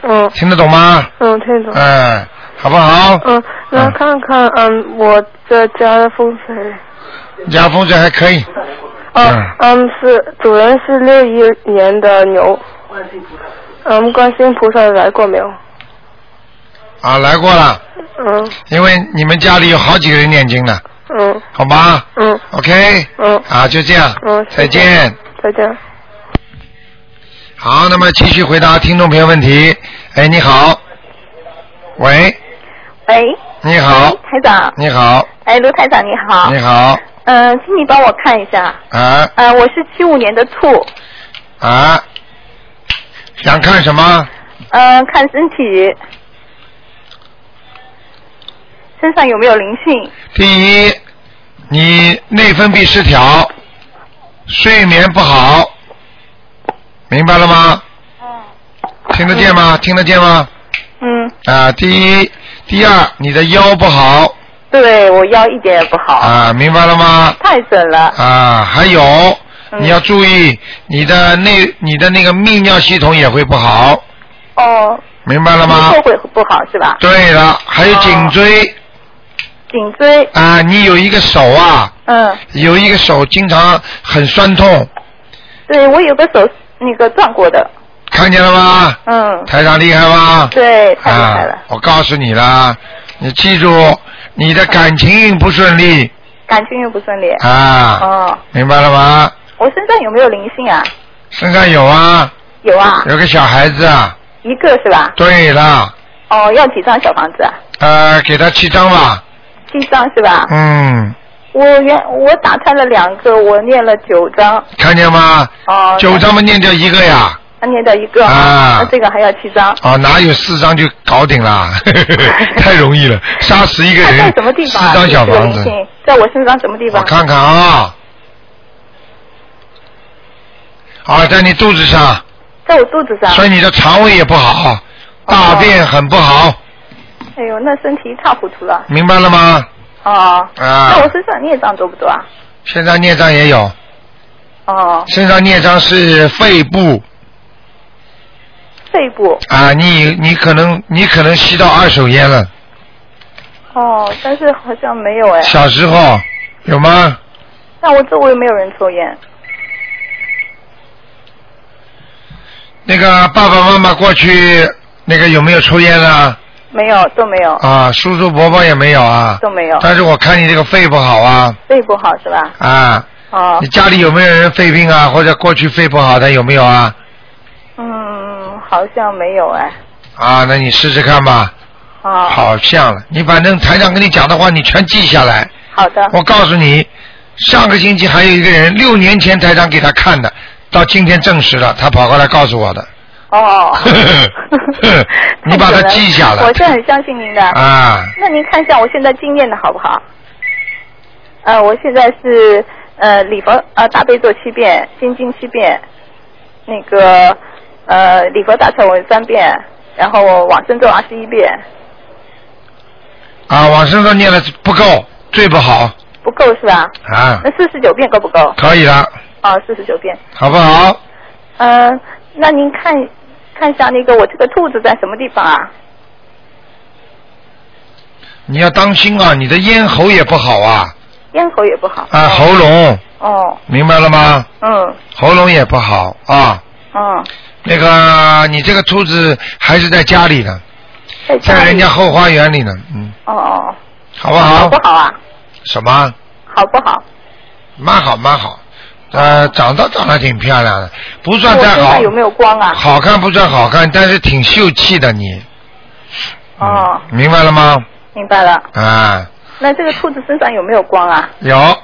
[SPEAKER 7] 嗯
[SPEAKER 1] 听得懂吗？
[SPEAKER 7] 嗯，听得懂。
[SPEAKER 1] 嗯、好不好？
[SPEAKER 7] 嗯，那看看嗯，我这家的风水。
[SPEAKER 1] 家风水还可以，
[SPEAKER 7] 哦
[SPEAKER 1] 嗯，
[SPEAKER 7] 嗯，是主人是六一年的牛。嗯，观世音菩萨来过没有？
[SPEAKER 1] 啊，来过了，
[SPEAKER 7] 嗯
[SPEAKER 1] 因为你们家里有好几个人念经呢，
[SPEAKER 7] 嗯
[SPEAKER 1] 好吗
[SPEAKER 7] 嗯
[SPEAKER 1] ？OK，
[SPEAKER 7] 嗯，
[SPEAKER 1] 啊，就这样，
[SPEAKER 8] 哦
[SPEAKER 7] 嗯
[SPEAKER 1] 再见。
[SPEAKER 7] 再见。
[SPEAKER 1] 好，那么继续回答听众朋友问题。哎，你好，喂，
[SPEAKER 8] 喂，
[SPEAKER 1] 你好，
[SPEAKER 8] 哎台长，
[SPEAKER 1] 你好，
[SPEAKER 8] 哎，卢台长你好
[SPEAKER 1] 你，好，
[SPEAKER 8] 嗯、请你帮我看一下，
[SPEAKER 1] 啊
[SPEAKER 8] 呃，我是七五年的兔，
[SPEAKER 1] 啊，想看什么？
[SPEAKER 8] 嗯、看身体，身上有没有灵性？
[SPEAKER 1] 第一，你内分泌失调，睡眠不好，明白了吗？听得见吗？听得见吗？
[SPEAKER 8] 嗯，
[SPEAKER 1] 啊，第一，第二，你的腰不好
[SPEAKER 8] 对我腰一点也不好，
[SPEAKER 1] 啊，明白了吗？
[SPEAKER 8] 太准了，
[SPEAKER 1] 啊，还有
[SPEAKER 8] 嗯
[SPEAKER 1] 你要注意你的内你的那个泌尿系统也会不好，
[SPEAKER 8] 哦，
[SPEAKER 1] 明白了吗
[SPEAKER 8] 后？悔不好是吧？
[SPEAKER 1] 对了，还有
[SPEAKER 8] 哦
[SPEAKER 1] 颈椎
[SPEAKER 8] 颈椎，
[SPEAKER 1] 啊，你有一个手啊，
[SPEAKER 8] 嗯，
[SPEAKER 1] 有一个手经常很酸痛，
[SPEAKER 8] 对我有个手那个撞过的，
[SPEAKER 1] 看见了吗？
[SPEAKER 8] 嗯，
[SPEAKER 1] 台长厉害吗？
[SPEAKER 8] 对，太厉害了，
[SPEAKER 1] 啊，我告诉你啦，你记住，你的感情运不顺利
[SPEAKER 8] 感情运不顺利，
[SPEAKER 1] 啊，
[SPEAKER 8] 哦，
[SPEAKER 1] 明白了吗？
[SPEAKER 8] 我身上有没有灵性啊？
[SPEAKER 1] 身上有啊，
[SPEAKER 8] 有啊，
[SPEAKER 1] 有个小孩子啊。
[SPEAKER 8] 一个是吧？
[SPEAKER 1] 对了，
[SPEAKER 8] 哦，要几张小房子啊？
[SPEAKER 1] 呃，给他七张吧。
[SPEAKER 8] 七张是吧？
[SPEAKER 1] 嗯，
[SPEAKER 8] 我原我打开了两个，我念了九张。
[SPEAKER 1] 看见吗？
[SPEAKER 8] 哦，
[SPEAKER 1] 九张嘛，念掉一个呀。
[SPEAKER 8] 那念掉一个
[SPEAKER 1] 啊
[SPEAKER 8] 那这个还要七张。
[SPEAKER 1] 啊，哪有四张就搞定啦？ <laughs> 太容易了，杀死一个
[SPEAKER 8] 它
[SPEAKER 1] 人。
[SPEAKER 8] <laughs> 在什么地方啊？
[SPEAKER 1] 四张小
[SPEAKER 8] 这个
[SPEAKER 1] 房
[SPEAKER 8] 灵
[SPEAKER 1] 子，
[SPEAKER 8] 性在我身上什么地
[SPEAKER 1] 我
[SPEAKER 8] 方？
[SPEAKER 1] 看看啊。啊，在你肚子上，
[SPEAKER 8] 在我肚子上。
[SPEAKER 1] 所以你的肠胃也不好，大便很不好，
[SPEAKER 8] 哎呦，那身体一塌糊涂了。
[SPEAKER 1] 明白了吗？
[SPEAKER 8] 哦。
[SPEAKER 1] 嗯啊
[SPEAKER 8] 那我身上孽障多不多啊？
[SPEAKER 1] 身上孽障也有，
[SPEAKER 8] 哦，
[SPEAKER 1] 身上孽障是肺部
[SPEAKER 8] 肺部。
[SPEAKER 1] 啊，你你可能你可能吸到二手烟了，
[SPEAKER 8] 哦，但是好像没有哎。
[SPEAKER 1] 小时候有吗？
[SPEAKER 8] 那我周围没有人抽烟。
[SPEAKER 1] 那个爸爸妈妈过去那个有没有抽烟啊？
[SPEAKER 8] 没有，都没有，
[SPEAKER 1] 啊，叔叔伯伯也没有啊。
[SPEAKER 8] 都没有。
[SPEAKER 1] 但是我看你这个肺不好啊
[SPEAKER 8] 肺不好是吧？
[SPEAKER 1] 啊！
[SPEAKER 8] 哦
[SPEAKER 1] 你，家里有没有人肺病啊？或者过去肺不好的有没有啊？
[SPEAKER 8] 嗯，好像没有哎。
[SPEAKER 1] 啊，那你试试看吧。
[SPEAKER 8] 哦，
[SPEAKER 1] 好像了，你反正台长跟你讲的话，你全记下来。
[SPEAKER 8] 好的。
[SPEAKER 1] 我告诉你，上个星期还有一个人，六年前台长给他看的，到今天证实了，他跑过来告诉我的。
[SPEAKER 8] 哦
[SPEAKER 1] <laughs>
[SPEAKER 8] <laughs>
[SPEAKER 1] 你把它记下来
[SPEAKER 8] 我是很相信您的。
[SPEAKER 1] 啊，
[SPEAKER 8] 那您看一下我现在经验的好不好？呃，我现在是呃礼佛呃大悲咒七遍，心经七遍，那个呃礼佛大忏文三遍，然后往生咒二十一遍，
[SPEAKER 1] 啊，往生咒念了不够，最不好
[SPEAKER 8] 不够是吧？
[SPEAKER 1] 啊，
[SPEAKER 8] 那四十九遍够不够？
[SPEAKER 1] 可以了，
[SPEAKER 8] 哦，四十九遍。
[SPEAKER 1] 好不好？
[SPEAKER 8] 嗯、那您看看一下那个我这个兔子在什么地方啊？
[SPEAKER 1] 你要当心啊，你的咽喉也不好啊，
[SPEAKER 8] 咽喉也不好。
[SPEAKER 1] 啊，喉咙，
[SPEAKER 8] 哦，
[SPEAKER 1] 明白了吗？
[SPEAKER 8] 嗯
[SPEAKER 1] 喉咙也不好啊。
[SPEAKER 8] 嗯，
[SPEAKER 1] 那个，你这个兔子还是在家里呢，
[SPEAKER 8] 在家里
[SPEAKER 1] 在人家后花园里呢，嗯，
[SPEAKER 8] 哦哦，
[SPEAKER 1] 好不好？
[SPEAKER 8] 不好啊？
[SPEAKER 1] 什么？
[SPEAKER 8] 好不好？
[SPEAKER 1] 蛮好，蛮好。呃，长得长得挺漂亮的，不算
[SPEAKER 8] 我
[SPEAKER 1] 太
[SPEAKER 8] 身
[SPEAKER 1] 好
[SPEAKER 8] 上，有没有光啊？
[SPEAKER 1] 好看不算好看，但是挺秀气的你，
[SPEAKER 8] 哦，
[SPEAKER 1] 明白了吗？
[SPEAKER 8] 明白了。
[SPEAKER 1] 啊，
[SPEAKER 8] 那这个兔子身上有没有光啊？
[SPEAKER 1] 有，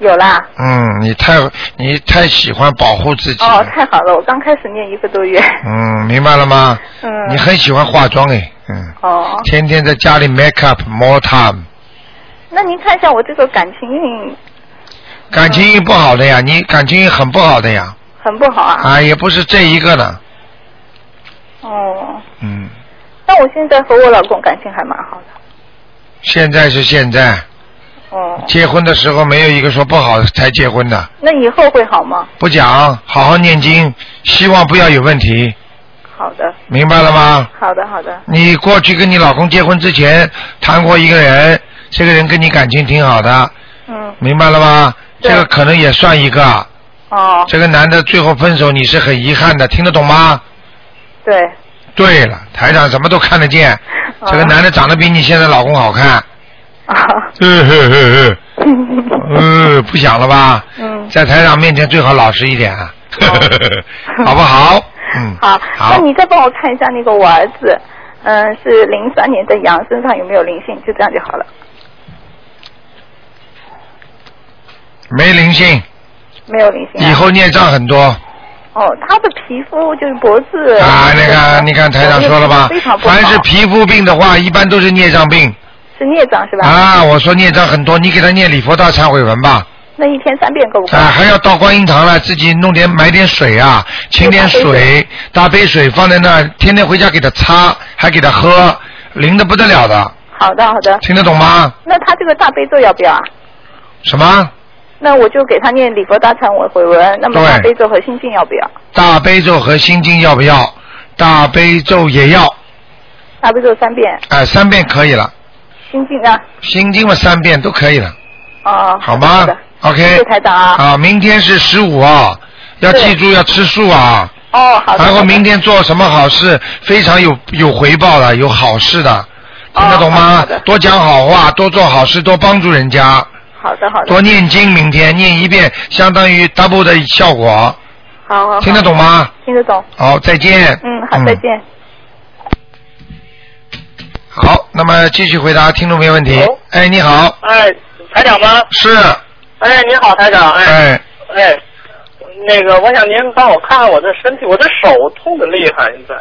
[SPEAKER 8] 有啦。
[SPEAKER 1] 嗯，你太你太喜欢保护自己，
[SPEAKER 8] 哦，太好了，我刚开始念一个多月。
[SPEAKER 1] 嗯，明白了吗？
[SPEAKER 8] 嗯。
[SPEAKER 1] 你很喜欢化妆哎，嗯，
[SPEAKER 8] 哦，
[SPEAKER 1] 天天在家里 make up more time，
[SPEAKER 8] 那您看一下我这个感情运
[SPEAKER 1] 感情运不好的
[SPEAKER 8] 嗯
[SPEAKER 1] 呀，你感情运很不好的呀，
[SPEAKER 8] 很不好啊。
[SPEAKER 1] 啊，也不是这一个的，
[SPEAKER 8] 哦，
[SPEAKER 1] 嗯，
[SPEAKER 8] 那我现在和我老公感情还蛮好的。
[SPEAKER 1] 现在是现在，
[SPEAKER 8] 哦，
[SPEAKER 1] 结婚的时候没有一个说不好才结婚的，
[SPEAKER 8] 那以后会好吗？
[SPEAKER 1] 不讲，好好念经，希望不要有问题，
[SPEAKER 8] 好的，
[SPEAKER 1] 明白了吗？
[SPEAKER 8] 好的，好的。
[SPEAKER 1] 你过去跟你老公结婚之前谈过一个人，这个人跟你感情挺好的，
[SPEAKER 8] 嗯，
[SPEAKER 1] 明白了吗？这
[SPEAKER 8] 对
[SPEAKER 1] 个可能也算一个。
[SPEAKER 8] 哦，
[SPEAKER 1] 这个男的最后分手，你是很遗憾的，听得懂吗？
[SPEAKER 8] 对。
[SPEAKER 1] 对了，台长什么都看得见。
[SPEAKER 8] 哦
[SPEAKER 1] 这个男的长得比你现在老公好看。
[SPEAKER 8] 啊，
[SPEAKER 1] 嗯呵
[SPEAKER 8] <laughs>
[SPEAKER 1] 呵呵，呃，不想了吧？
[SPEAKER 8] 嗯，哦
[SPEAKER 1] 在台长面前最好老实一点，啊， <laughs> 好不
[SPEAKER 8] <laughs>
[SPEAKER 1] 好？嗯，
[SPEAKER 8] 好。那
[SPEAKER 1] 好，
[SPEAKER 8] 你再帮我看一下那个我儿子，嗯、是零三年的羊，身上有没有灵性？就这样就好了，
[SPEAKER 1] 没灵性，
[SPEAKER 8] 没有灵性、啊。
[SPEAKER 1] 以后孽障很多。
[SPEAKER 8] 哦，他的皮肤就是脖子
[SPEAKER 1] 啊，那个你看台长说了吧
[SPEAKER 8] 非常，不好
[SPEAKER 1] 凡是皮肤病的话，一般都是孽障病
[SPEAKER 8] 是孽障是吧？
[SPEAKER 1] 啊。我说孽障很多，你给他念礼佛大忏悔文吧。
[SPEAKER 8] 那一天三遍够不够？
[SPEAKER 1] 啊，还要到观音堂了，自己弄点买点水啊，请点水，大杯水放在那儿，天天回家给他擦，还给他喝，灵的不得了的，
[SPEAKER 8] 好的好的，
[SPEAKER 1] 听得懂吗？
[SPEAKER 8] 那他这个大悲咒要不要啊？
[SPEAKER 1] 什么
[SPEAKER 8] 那我就给他念礼佛大忏悔回文，那么
[SPEAKER 1] 对
[SPEAKER 8] 大悲咒和心经要不要？
[SPEAKER 1] 大悲咒和心经要不要？大悲咒也要，
[SPEAKER 8] 大悲咒三遍，
[SPEAKER 1] 哎、三遍可以了，
[SPEAKER 8] 心经啊，
[SPEAKER 1] 心经嘛三遍都可以了。
[SPEAKER 8] 哦，
[SPEAKER 1] 好
[SPEAKER 8] 的
[SPEAKER 1] 吗
[SPEAKER 8] 的
[SPEAKER 1] ？OK。
[SPEAKER 8] 谢谢台长啊。
[SPEAKER 1] 啊，明天是十五啊，要
[SPEAKER 8] 对
[SPEAKER 1] 记住要吃素啊。
[SPEAKER 8] 哦，好的。
[SPEAKER 1] 然
[SPEAKER 8] 好
[SPEAKER 1] 后
[SPEAKER 8] 的
[SPEAKER 1] 明天做什么好事，非常有有回报的，有好事的，听得懂
[SPEAKER 8] 哦
[SPEAKER 1] 吗
[SPEAKER 8] 好的？
[SPEAKER 1] 多讲好话，多做好事，多帮助人家，
[SPEAKER 8] 好的好的，
[SPEAKER 1] 多念经。明天念一遍，相当于 double 的效果，
[SPEAKER 8] 好好好
[SPEAKER 1] 听得懂吗？
[SPEAKER 8] 听得懂，
[SPEAKER 1] 好，再见。
[SPEAKER 8] 嗯，好，再见。
[SPEAKER 1] 好，那么继续回答听众朋友问题。哎，你好，
[SPEAKER 9] 哎，台长吗？
[SPEAKER 1] 是，
[SPEAKER 9] 哎，你好，台长。哎
[SPEAKER 1] 哎，
[SPEAKER 9] 哎，那个，我想您帮我看看我的身体，我的手痛的厉害，现在。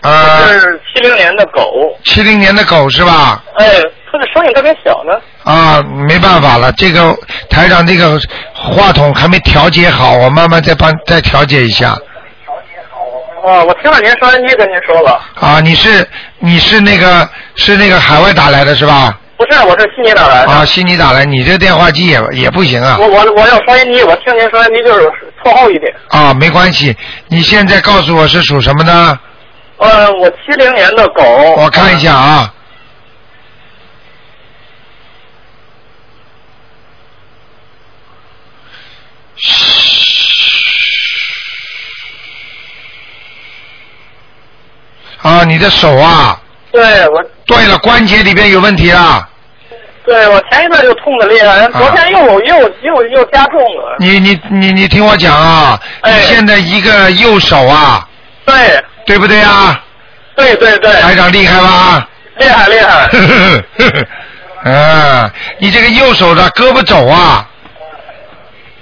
[SPEAKER 1] 呃，
[SPEAKER 9] 是七零年的狗。
[SPEAKER 1] 七零年的狗是吧？
[SPEAKER 9] 哎，它的声音特别小呢。
[SPEAKER 1] 啊，没办法了，这个台长这个话筒还没调节好，我慢慢再帮再调节一下。
[SPEAKER 9] 哦，我听了您收音机跟您说了，
[SPEAKER 1] 啊，你是你是那个是那个海外打来的是吧？
[SPEAKER 9] 不是，我是悉哎尼打来的。
[SPEAKER 1] 啊，悉尼打来，你这电话机也也不行啊。
[SPEAKER 9] 我我我有收音机，我听您收音机就是错后一点。
[SPEAKER 1] 啊，没关系，你现在告诉我是属什么呢？
[SPEAKER 9] 呃，我七零年的狗。
[SPEAKER 1] 我看一下啊。啊，你的手啊，
[SPEAKER 10] 对我
[SPEAKER 1] 对了，关节里边有问题啊，
[SPEAKER 10] 对我前一段就痛的厉害，昨天又又又又加重了。
[SPEAKER 1] 你你你你听我讲啊，你现在一个右手啊，
[SPEAKER 10] 哎对
[SPEAKER 1] 对不对啊？
[SPEAKER 10] 对对对，
[SPEAKER 1] 台长厉害吧？
[SPEAKER 10] 厉害厉害。
[SPEAKER 1] <laughs> 啊，你这个右手的胳膊肘啊，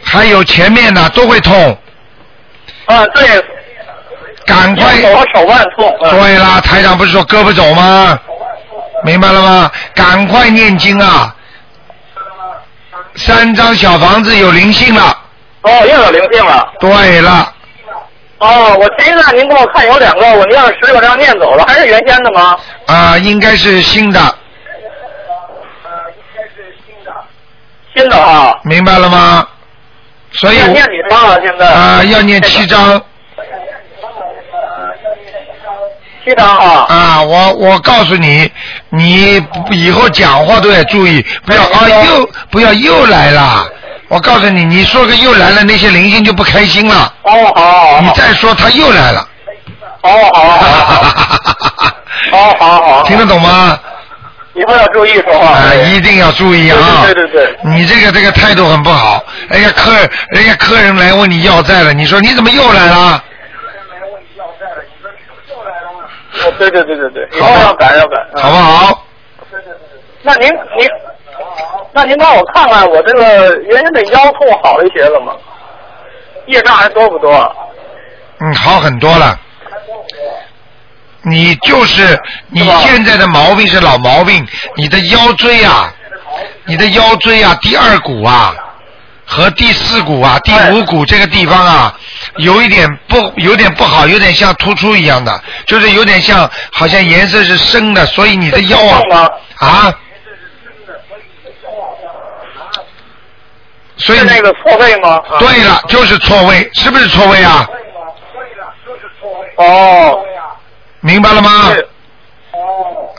[SPEAKER 1] 还有前面呢都会痛，
[SPEAKER 10] 啊，对，
[SPEAKER 1] 赶快。
[SPEAKER 10] 手和手腕痛。嗯
[SPEAKER 1] 对啦，台长不是说胳膊肘吗？明白了吗？赶快念经啊！三张小房子有灵性了。
[SPEAKER 10] 哦，又有灵性了。
[SPEAKER 1] 对了，
[SPEAKER 10] 哦，我前一段您给我看有两个，我念了十六张念走了，还是原先的吗？
[SPEAKER 1] 啊、应该是新的，
[SPEAKER 10] 新的啊。
[SPEAKER 1] 明白了吗？所以
[SPEAKER 10] 要
[SPEAKER 1] 我
[SPEAKER 10] 念几张了？现在？
[SPEAKER 1] 啊、要念七张
[SPEAKER 10] 七张啊。
[SPEAKER 1] 啊！我我告诉你，你以后讲话都得注意，不要啊又不要又来啦！我告诉你，你说个又来了，那些灵性就不开心了。
[SPEAKER 10] 哦，好好好。
[SPEAKER 1] 你再说他又来了，
[SPEAKER 10] 哦，好好
[SPEAKER 1] <laughs>
[SPEAKER 10] 好。哦好好好。
[SPEAKER 1] 听得懂吗？
[SPEAKER 10] 以后要注意说话。
[SPEAKER 1] 啊，一定要注意啊！
[SPEAKER 10] 对对对对。
[SPEAKER 1] 你这个这个态度很不好，人家客人家客人来问你要债了，你说你怎么又来了？
[SPEAKER 10] 哦对对对对对，以后要改要改。嗯
[SPEAKER 1] 好不好？
[SPEAKER 10] 那您您，那您帮我看看我这个原先的腰痛好一些了吗？业障还多不多？啊
[SPEAKER 1] 嗯，好很多了。你就是你现在的毛病是老毛病，你的腰椎啊，你的腰椎啊，第二骨啊和第四骨啊、第五骨这个地方啊，有一点不有点不好，有点像突出一样的，就是有点像好像颜色是深的，所以你的腰啊啊，所以
[SPEAKER 10] 是那个错位吗？啊
[SPEAKER 1] 对了，就是错位，是不是错位啊？
[SPEAKER 10] 哦，
[SPEAKER 1] 明白了吗？
[SPEAKER 10] 是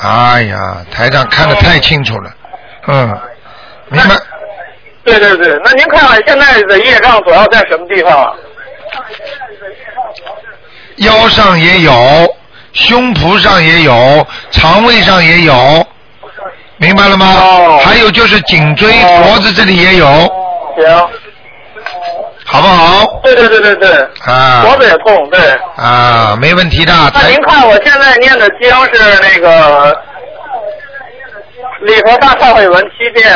[SPEAKER 1] 哎呀，台长看得太清楚了，嗯，明白。
[SPEAKER 10] 对对对，那您看看现在的业障主要在什么地方啊？
[SPEAKER 1] 腰上也有，胸脯上也有，肠胃上也有，明白了吗？
[SPEAKER 10] 哦
[SPEAKER 1] 还有就是颈椎、脖子这里也有，
[SPEAKER 10] 行，
[SPEAKER 1] 好不好？
[SPEAKER 10] 对对对对对，
[SPEAKER 1] 啊
[SPEAKER 10] 脖子也痛，对。
[SPEAKER 1] 啊，没问题的。
[SPEAKER 10] 那
[SPEAKER 1] 台
[SPEAKER 10] 您看我现在念的经是那个礼佛大忏悔文七遍，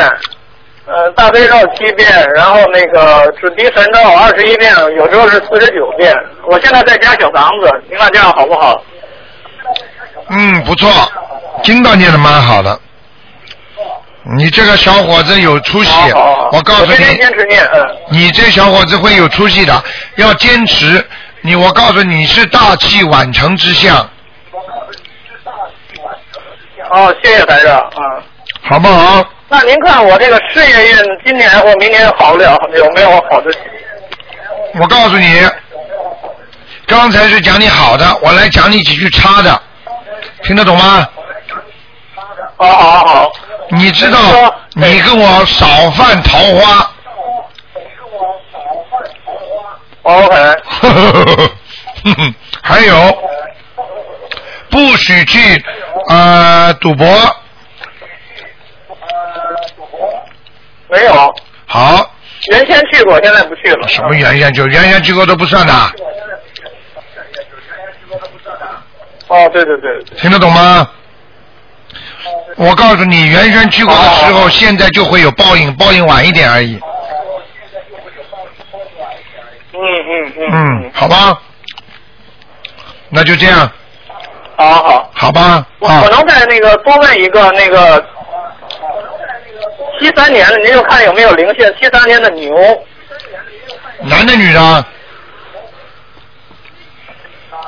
[SPEAKER 10] 呃，大悲咒七遍，然后那个准提神咒二十一遍，有时候是四十九遍。我现在在家小房子，您看这样好不好？
[SPEAKER 1] 嗯，不错，经道念的蛮好的。你这个小伙子有出息，我告诉
[SPEAKER 10] 哦我
[SPEAKER 1] 你，
[SPEAKER 10] 天天坚持念，嗯，
[SPEAKER 1] 你这小伙子会有出息的，要坚持。你，我告诉你你是大器晚成之相，
[SPEAKER 10] 哦，谢谢台长，嗯。
[SPEAKER 1] 好不好？
[SPEAKER 10] 那您看我这个事业运今年或明年好不了，有没有好的？
[SPEAKER 1] 我告诉你，刚才是讲你好的，我来讲你几句差的，听得懂吗？
[SPEAKER 10] 哦好好好，
[SPEAKER 1] 你知道，你跟我少犯桃花。OK。还有，不许去呃赌博。
[SPEAKER 10] 没有。
[SPEAKER 1] 好，
[SPEAKER 10] 原先去过，现在不去了。
[SPEAKER 1] 什么原先就原先去过都不算的，
[SPEAKER 10] 哦，对对对，
[SPEAKER 1] 听得懂
[SPEAKER 10] 嗯
[SPEAKER 1] 吗？我告诉你，原先去过的时
[SPEAKER 10] 哦
[SPEAKER 1] 候，现在就会有报应，报应晚一点而已。
[SPEAKER 10] 嗯嗯嗯，
[SPEAKER 1] 嗯，好吧，那就这样，
[SPEAKER 10] 好好。
[SPEAKER 1] 好吧，
[SPEAKER 10] 我我能再那个多问一个那个，七三年的，您就看有没有灵性。七三年的牛，嗯
[SPEAKER 1] 男的女的，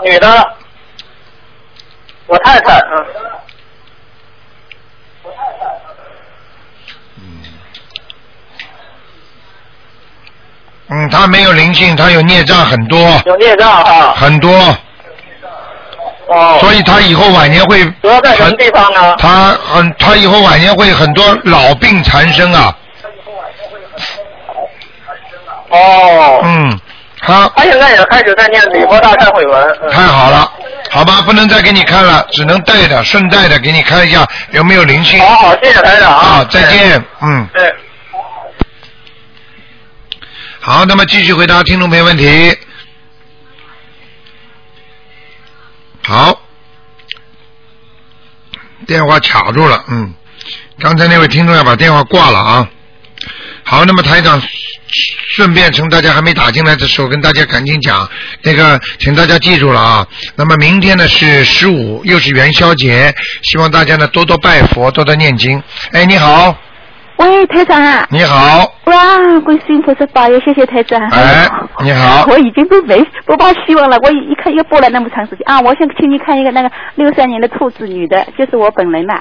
[SPEAKER 10] 女的，我太太，嗯，
[SPEAKER 1] 嗯，他没有灵性，他有孽障很多，
[SPEAKER 10] 有孽障哈。
[SPEAKER 1] 很多，
[SPEAKER 10] 嗯哦。
[SPEAKER 1] 所以他以后晚年会
[SPEAKER 10] 主要在什么地方呢？
[SPEAKER 1] 他很他以后晚年会很多老病缠身啊，
[SPEAKER 10] 哦。
[SPEAKER 1] 嗯，他
[SPEAKER 10] 他现在也开始在念李波大忏悔文。嗯
[SPEAKER 1] 太好了，好吧，不能再给你看了，只能带着顺带着给你看一下有没有灵性。
[SPEAKER 9] 好好，谢谢台长啊
[SPEAKER 1] 好，再见，嗯。
[SPEAKER 9] 对。
[SPEAKER 1] 好，那么继续回答听众朋友问题。好，电话卡住了，嗯，刚才那位听众要把电话挂了啊。好，那么台长顺便趁大家还没打进来的时候，跟大家赶紧讲，那个请大家记住了啊。那么明天呢是十五，又是元宵节，希望大家呢多多拜佛，多多念经。哎，你好，
[SPEAKER 11] 喂，台长啊！
[SPEAKER 1] 你好，
[SPEAKER 11] 哇，观世音菩萨保佑，谢谢台长。
[SPEAKER 1] 哎，你好，
[SPEAKER 11] 我已经都没不抱希望了，我一看又播了那么长时间啊！我想请你看一个那个六三年的兔子女的，就是我本人呐、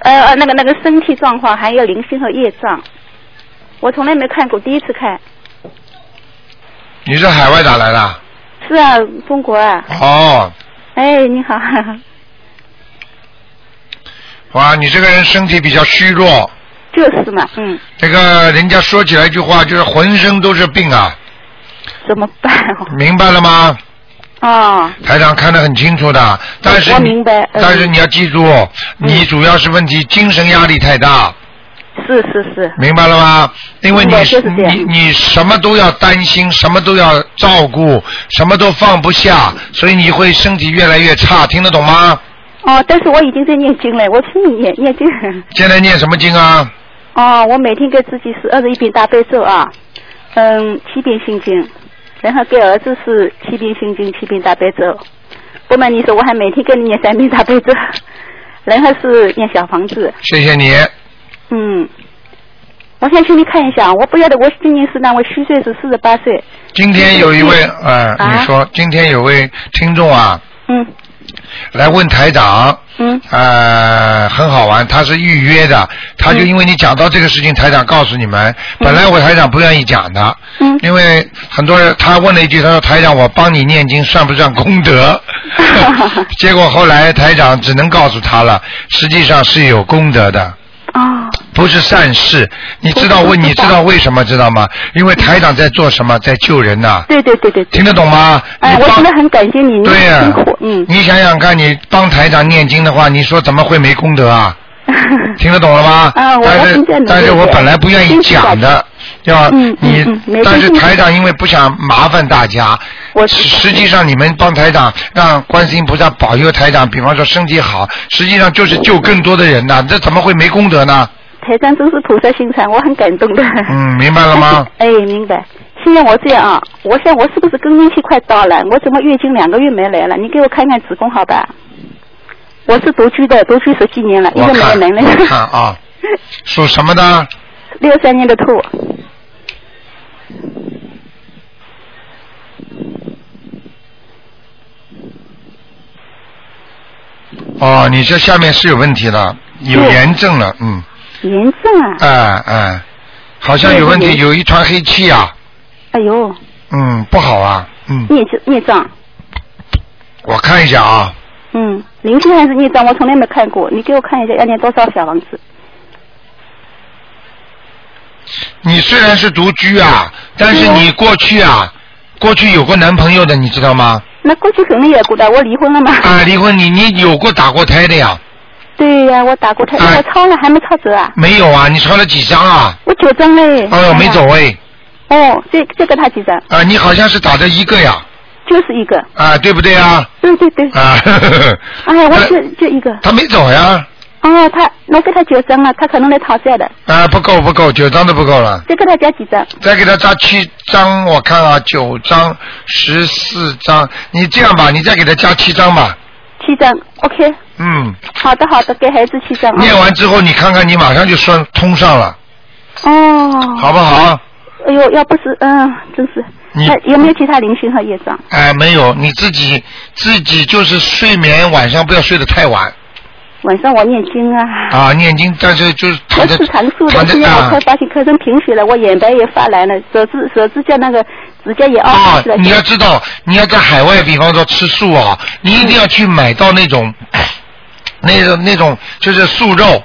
[SPEAKER 11] 呃呃，那个那个身体状况，还有灵性和业障，我从来没看过，第一次看。
[SPEAKER 1] 你是海外打来的？
[SPEAKER 11] 是啊，中国啊。
[SPEAKER 1] 哦，
[SPEAKER 11] 哎，你好。 <laughs>
[SPEAKER 1] 哇，你这个人身体比较虚弱，
[SPEAKER 11] 就是嘛，嗯，
[SPEAKER 1] 这个人家说起来一句话就是浑身都是病啊，
[SPEAKER 11] 怎么办？
[SPEAKER 1] 明白了吗？
[SPEAKER 11] 哦，
[SPEAKER 1] 台长看得很清楚的，但是
[SPEAKER 11] 我
[SPEAKER 1] 你
[SPEAKER 11] 明白嗯
[SPEAKER 1] 但是你要记住，你主要是问题精神压力太大，
[SPEAKER 11] 是是是，
[SPEAKER 1] 明白了吗？因为你
[SPEAKER 11] 明白就是这样
[SPEAKER 1] 你你什么都要担心，什么都要照顾，什么都放不下，所以你会身体越来越差，听得懂吗？
[SPEAKER 11] 哦，但是我已经在念经了，我去念念经。
[SPEAKER 1] 现在念什么经啊？
[SPEAKER 11] 哦，我每天给自己是二十一遍大悲咒啊，嗯，七遍心经，然后给儿子是七遍心经，七遍大悲咒。不瞒你说，我还每天给你念三遍大悲咒， <laughs> 然后是念小房子，
[SPEAKER 1] 谢谢你，
[SPEAKER 11] 嗯。我想请你看一下，我不要的，我今年是那位虚岁是四十八岁，
[SPEAKER 1] 今天有一位呃，
[SPEAKER 11] 啊
[SPEAKER 1] 你说今天有位听众啊，
[SPEAKER 11] 嗯，
[SPEAKER 1] 来问台长，
[SPEAKER 11] 嗯，
[SPEAKER 1] 呃，很好玩，他是预约的，他就因为你讲到这个事情，台长告诉你们，本来我台长不愿意讲的，
[SPEAKER 11] 嗯，
[SPEAKER 1] 因为很多人他问了一句，他说台长，我帮你念经算不算功德？
[SPEAKER 11] <laughs>
[SPEAKER 1] 结果后来台长只能告诉他了，实际上是有功德的。
[SPEAKER 11] 啊、
[SPEAKER 1] 不是善事，你知道为你知道为什么知道吗？因为台长在做什么，在救人呐、
[SPEAKER 11] 嗯对对对对，
[SPEAKER 1] 听得懂吗？
[SPEAKER 11] 哎，
[SPEAKER 1] 你
[SPEAKER 11] 我
[SPEAKER 1] 帮
[SPEAKER 11] 真的很感谢你，你
[SPEAKER 1] 对呀、
[SPEAKER 11] 辛苦，嗯，
[SPEAKER 1] 你想想看，你帮台长念经的话，你说怎么会没功德啊？听得懂了吗？
[SPEAKER 11] 啊我
[SPEAKER 1] 但
[SPEAKER 11] 还
[SPEAKER 1] 是
[SPEAKER 11] 真在努力
[SPEAKER 1] 但是我
[SPEAKER 11] 一点
[SPEAKER 1] 本来不愿意
[SPEAKER 11] 真是
[SPEAKER 1] 讲的，要
[SPEAKER 11] 嗯
[SPEAKER 1] 你、
[SPEAKER 11] 嗯嗯没
[SPEAKER 1] 但是
[SPEAKER 11] 关系
[SPEAKER 1] 台长因为不想麻烦大家，实实际上你们帮台长让观世音菩萨保佑台长，比方说身体好，实际上就是救更多的人呐、这怎么会没功德呢？
[SPEAKER 11] 台长真是菩萨心肠，我很感动的。
[SPEAKER 1] 嗯，明白了 <laughs> 吗？
[SPEAKER 11] 哎，明白。现在我这样啊，我想我是不是更年期快到了？我怎么月经两个月没来了？你给我看看子宫好吧？我是独居的，独居十几年了，一
[SPEAKER 1] 我
[SPEAKER 11] 个
[SPEAKER 1] 看
[SPEAKER 11] 没有能
[SPEAKER 1] 我
[SPEAKER 11] 力。
[SPEAKER 1] 看啊， <laughs> 属什么的？
[SPEAKER 11] 六三年的兔，
[SPEAKER 1] 哦，你这下面是有问题了，有
[SPEAKER 11] 对
[SPEAKER 1] 炎症了，嗯。
[SPEAKER 11] 炎症啊！
[SPEAKER 1] 哎哎，好像有问题，
[SPEAKER 11] 对对对
[SPEAKER 1] 有一团黑气啊，
[SPEAKER 11] 哎呦，
[SPEAKER 1] 嗯，不好啊，嗯，
[SPEAKER 11] 孽障孽障，
[SPEAKER 1] 我看一下啊，
[SPEAKER 11] 嗯，灵性还是孽障，我从来没看过。你给我看一下，要念多少小房子？
[SPEAKER 1] 你虽然是独居啊，但是你过去啊，过去有过男朋友的，你知道吗？
[SPEAKER 11] 那过去肯定也过的，我离婚了嘛。
[SPEAKER 1] 啊，离婚你你有过打过胎的呀？
[SPEAKER 11] 对呀、我打过胎，
[SPEAKER 1] 哎
[SPEAKER 11] 我抄了还没抄走啊，
[SPEAKER 1] 没有啊，你抄了几张啊？
[SPEAKER 11] 我九张嘞。
[SPEAKER 1] 哎呦，没走
[SPEAKER 11] 哎呀。
[SPEAKER 1] 哎，
[SPEAKER 11] 哦，这这个他几张？
[SPEAKER 1] 啊，你好像是打的一个呀，
[SPEAKER 11] 就是一个。
[SPEAKER 1] 啊，对不对啊？
[SPEAKER 11] 对
[SPEAKER 1] <laughs>
[SPEAKER 11] 对对。
[SPEAKER 1] 啊，呵呵呵
[SPEAKER 11] 哎，我
[SPEAKER 1] 他
[SPEAKER 11] 就就一个。
[SPEAKER 1] 他没走呀，
[SPEAKER 11] 哦，他我给他九张了，他可能来讨债的，
[SPEAKER 1] 啊，不够不够，九张都不够了。
[SPEAKER 11] 再给他加几张。
[SPEAKER 1] 再给他扎七张，我看啊，九张、十四张，你这样吧，你再给他加七张吧。
[SPEAKER 11] 七张，OK，
[SPEAKER 1] 嗯，
[SPEAKER 11] 好的好的，给孩子七张啊。
[SPEAKER 1] 念完之后你看看，你马上就算通上了，
[SPEAKER 11] 哦。
[SPEAKER 1] 好不好？
[SPEAKER 11] 哎呦，要不是嗯，真是。
[SPEAKER 1] 你
[SPEAKER 11] 他有没有其他灵性和业障？
[SPEAKER 1] 哎，没有，你自己自己就是睡眠晚上不要睡得太晚
[SPEAKER 11] 晚上我念经啊，
[SPEAKER 1] 啊，念经，但是就是
[SPEAKER 11] 我
[SPEAKER 1] 躺在
[SPEAKER 11] 吃长素的
[SPEAKER 1] 躺，
[SPEAKER 11] 现
[SPEAKER 1] 在
[SPEAKER 11] 在我
[SPEAKER 1] 啊
[SPEAKER 11] 快发现咳成贫血了，我眼白也发蓝了，手指手指甲那个指甲也凹下
[SPEAKER 1] 啊
[SPEAKER 11] 去了。，
[SPEAKER 1] 你要知道，你要在海外，比方说吃素啊，你一定要去买到那种那种那种就是素肉。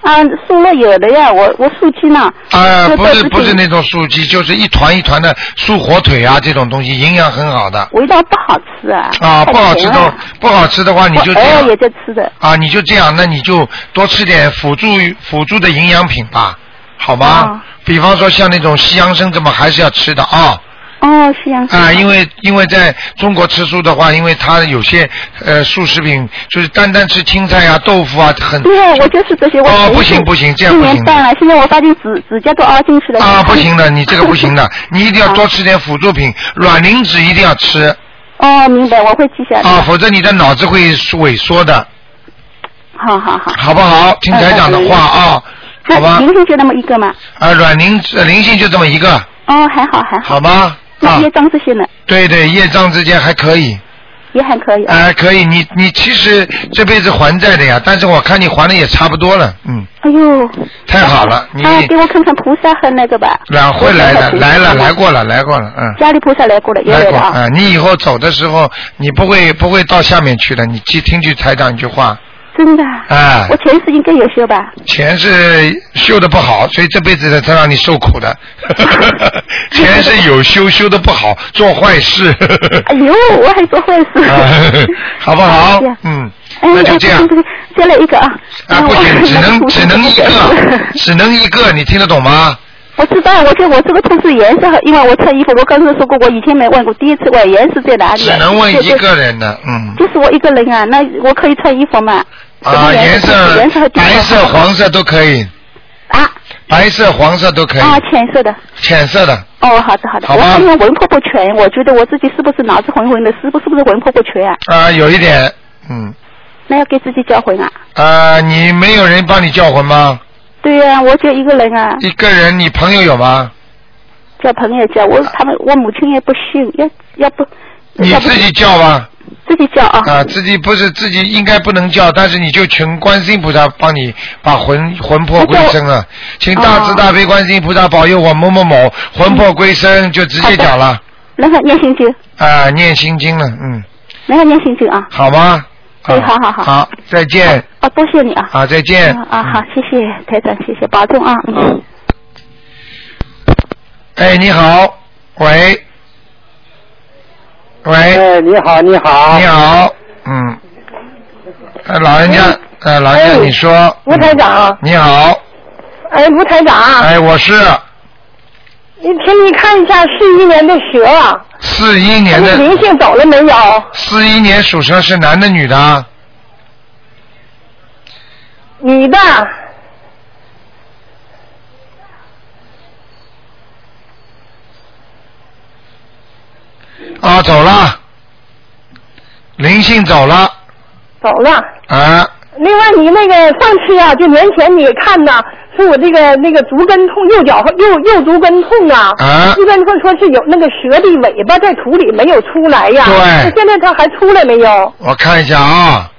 [SPEAKER 11] 啊，数了有的呀，我我数期呢。
[SPEAKER 1] 啊，
[SPEAKER 11] 就
[SPEAKER 1] 不
[SPEAKER 11] 在
[SPEAKER 1] 是
[SPEAKER 11] 之
[SPEAKER 1] 不是
[SPEAKER 11] 前
[SPEAKER 1] 那种素鸡，就是一团一团的素火腿啊，这种东西营养很好的。
[SPEAKER 11] 味道不好吃啊。
[SPEAKER 1] 啊，
[SPEAKER 11] 太
[SPEAKER 1] 不好吃
[SPEAKER 11] 甜
[SPEAKER 1] 的
[SPEAKER 11] 了
[SPEAKER 1] 不好吃的话，你就这
[SPEAKER 11] 我偶尔
[SPEAKER 1] 样
[SPEAKER 11] 也在吃的。
[SPEAKER 1] 啊，你就这样，那你就多吃点辅助辅助的营养品吧，好吗？
[SPEAKER 11] 哦
[SPEAKER 1] 比方说像那种西洋参，怎么还是要吃的啊？
[SPEAKER 11] 哦，西洋参。
[SPEAKER 1] 啊，因为因为在中国吃素的话，因为它有些呃素食品，就是单单吃青菜啊、豆腐啊，很
[SPEAKER 11] 对，我就是这些。我
[SPEAKER 1] 哦
[SPEAKER 11] 全
[SPEAKER 1] 不
[SPEAKER 11] 是
[SPEAKER 1] 行不行这样
[SPEAKER 11] 一
[SPEAKER 1] 不
[SPEAKER 11] 年
[SPEAKER 1] 行的
[SPEAKER 11] 半了，现在我发现指指甲都凹进去了。
[SPEAKER 1] 啊，不行的，你这个不行的，你一定要多吃点辅助品，卵磷脂一定要吃
[SPEAKER 11] 哦，明白，我会记下来。
[SPEAKER 1] 啊，否则你的脑子会萎缩的，
[SPEAKER 11] 好好好。
[SPEAKER 1] 好不好？听台长的话啊，
[SPEAKER 11] 那
[SPEAKER 1] 好吧
[SPEAKER 11] 灵性就那么一个嘛。
[SPEAKER 1] 啊，卵磷脂灵性就这么一个，
[SPEAKER 11] 哦，还好还好。
[SPEAKER 1] 好吗？
[SPEAKER 11] 那业障这些呢，
[SPEAKER 1] 对对，业障之间还可以，
[SPEAKER 11] 也还可以啊。
[SPEAKER 1] 哎、可以，你你其实这辈子还债的呀，但是我看你还的也差不多了，嗯，
[SPEAKER 11] 哎呦，
[SPEAKER 1] 太好了，你
[SPEAKER 11] 啊，给我看看菩萨和那个吧。
[SPEAKER 1] 然会来的，
[SPEAKER 11] 菩萨和
[SPEAKER 1] 来了，
[SPEAKER 11] 菩萨
[SPEAKER 1] 来过了，来过了，嗯。
[SPEAKER 11] 家里菩萨来过了，也
[SPEAKER 1] 来
[SPEAKER 11] 来
[SPEAKER 1] 过
[SPEAKER 11] 了啊。
[SPEAKER 1] 啊、你以后走的时候，你不会不会到下面去的，你记听句台长一句话，
[SPEAKER 11] 真的啊，
[SPEAKER 1] 哎、
[SPEAKER 11] 我前世应该有修吧？
[SPEAKER 1] 前世修的不好，所以这辈子的才让你受苦
[SPEAKER 11] <laughs>
[SPEAKER 1] 的，前世有修修的不好，做坏事， <laughs>
[SPEAKER 11] 哎呦，我还做坏事。
[SPEAKER 1] 啊
[SPEAKER 11] <laughs>
[SPEAKER 1] 好不好？嗯，
[SPEAKER 11] 哎，
[SPEAKER 1] 那就
[SPEAKER 11] 哎
[SPEAKER 1] 这样
[SPEAKER 11] 不行不行再来一个啊！
[SPEAKER 1] 啊，不行，只能
[SPEAKER 11] <laughs>
[SPEAKER 1] 只能一个，只能一个，你听得懂吗？
[SPEAKER 11] 我知道，我这我这个兔子颜色，因为我穿衣服，我刚才说过，我以前没问过，第一次问颜色在哪里。啊
[SPEAKER 1] 只能问
[SPEAKER 11] 就
[SPEAKER 1] 一个。人的，嗯，
[SPEAKER 11] 就就是我一个人啊，那我可以穿衣服吗？什
[SPEAKER 1] 啊，
[SPEAKER 11] 么
[SPEAKER 1] 颜
[SPEAKER 11] 色、
[SPEAKER 1] 色
[SPEAKER 11] 颜色和底
[SPEAKER 1] 白色、黄色都可以。
[SPEAKER 11] 啊。
[SPEAKER 1] 白色、黄色都可以，
[SPEAKER 11] 啊，浅色的。
[SPEAKER 1] 浅色的。
[SPEAKER 11] 哦，好的好的。
[SPEAKER 1] 好
[SPEAKER 11] 我
[SPEAKER 1] 吧
[SPEAKER 11] 发现魂魄不全，我觉得我自己是不是脑子混混的，是不是不是魂魄不全啊？
[SPEAKER 1] 啊，有一点，嗯，
[SPEAKER 11] 那要给自己交魂啊？
[SPEAKER 1] 啊，你没有人帮你叫魂
[SPEAKER 11] 啊
[SPEAKER 1] 吗？
[SPEAKER 11] 对呀、我就一个人啊，
[SPEAKER 1] 一个人，你朋友有吗？
[SPEAKER 11] 叫朋友叫我，他们我母亲也不信，要要不
[SPEAKER 1] 啊你自己叫吧。
[SPEAKER 11] 自己叫啊。
[SPEAKER 1] 啊，自己不是自己应该不能叫，但是你就请观世音菩萨帮你把魂魂魄归
[SPEAKER 11] 那叫哦
[SPEAKER 1] 生了，请大慈大悲观世音菩萨保佑我某某某魂魄归生，就直接讲了
[SPEAKER 11] 然后念心经，
[SPEAKER 1] 啊，念心经了，嗯，
[SPEAKER 11] 然后念心经啊。
[SPEAKER 1] 好吗？
[SPEAKER 11] 哎，好好
[SPEAKER 1] 好，
[SPEAKER 11] 好。
[SPEAKER 1] 好，再见，
[SPEAKER 11] 啊，多谢你啊。
[SPEAKER 1] 啊，再见。
[SPEAKER 11] 啊啊，好，谢谢台长，谢谢，保重啊。嗯。
[SPEAKER 1] 哎，你好，喂，喂，
[SPEAKER 12] 哎，你好，你好，
[SPEAKER 1] 你好， <laughs> 嗯，呃老人家，呃，老人家，
[SPEAKER 12] 哎
[SPEAKER 1] 你说，
[SPEAKER 12] 卢台长
[SPEAKER 1] 嗯，你好，
[SPEAKER 12] 哎，卢台
[SPEAKER 11] 啊
[SPEAKER 12] 长，
[SPEAKER 1] 哎，我是
[SPEAKER 12] 你请你看一下四一年的蛇，啊
[SPEAKER 1] 四一
[SPEAKER 12] 他
[SPEAKER 1] 年
[SPEAKER 12] 的
[SPEAKER 1] 的，
[SPEAKER 12] 哎灵性走了没有？
[SPEAKER 1] 四一年属蛇是男的女的啊？
[SPEAKER 12] 女的，
[SPEAKER 1] 啊，走了，灵性走了
[SPEAKER 12] 走了。
[SPEAKER 1] 啊，
[SPEAKER 12] 另外，你那个上次啊，就年前你看呐，说我这个那个足跟痛，右脚右右足跟痛啊，
[SPEAKER 1] 啊
[SPEAKER 12] 右跟痛说是有那个蛇的尾巴在土里没有出来呀，
[SPEAKER 1] 对
[SPEAKER 12] 那现在它还出来没有？
[SPEAKER 1] 我看一下啊，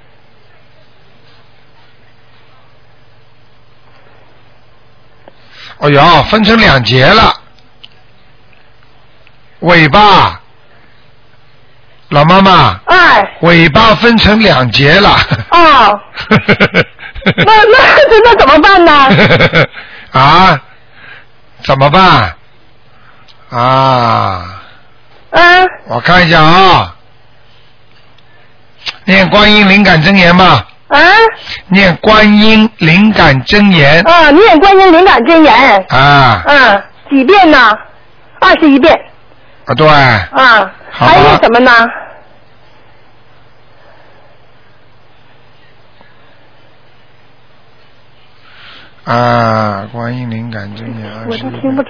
[SPEAKER 1] 哦哟，分成两截了，尾巴，老妈妈。
[SPEAKER 12] 哎，
[SPEAKER 1] 尾巴分成两截了，
[SPEAKER 12] 啊，
[SPEAKER 1] <laughs>
[SPEAKER 12] 那那那怎么办呢？
[SPEAKER 1] 啊，怎么办？啊，
[SPEAKER 12] 啊，
[SPEAKER 1] 我看一下啊，念观音灵感真言吧，
[SPEAKER 12] 啊
[SPEAKER 1] 念观音灵感真言
[SPEAKER 12] 啊！你也观音灵感真言，
[SPEAKER 1] 啊
[SPEAKER 12] 嗯，几遍呢？二十一遍
[SPEAKER 1] 啊，对，
[SPEAKER 12] 啊。
[SPEAKER 1] 好
[SPEAKER 12] 还有
[SPEAKER 1] 吧
[SPEAKER 12] 什，么呢？
[SPEAKER 1] 啊，观音灵感真言二
[SPEAKER 12] 我
[SPEAKER 1] 十
[SPEAKER 12] 都
[SPEAKER 1] 一
[SPEAKER 12] 听不着。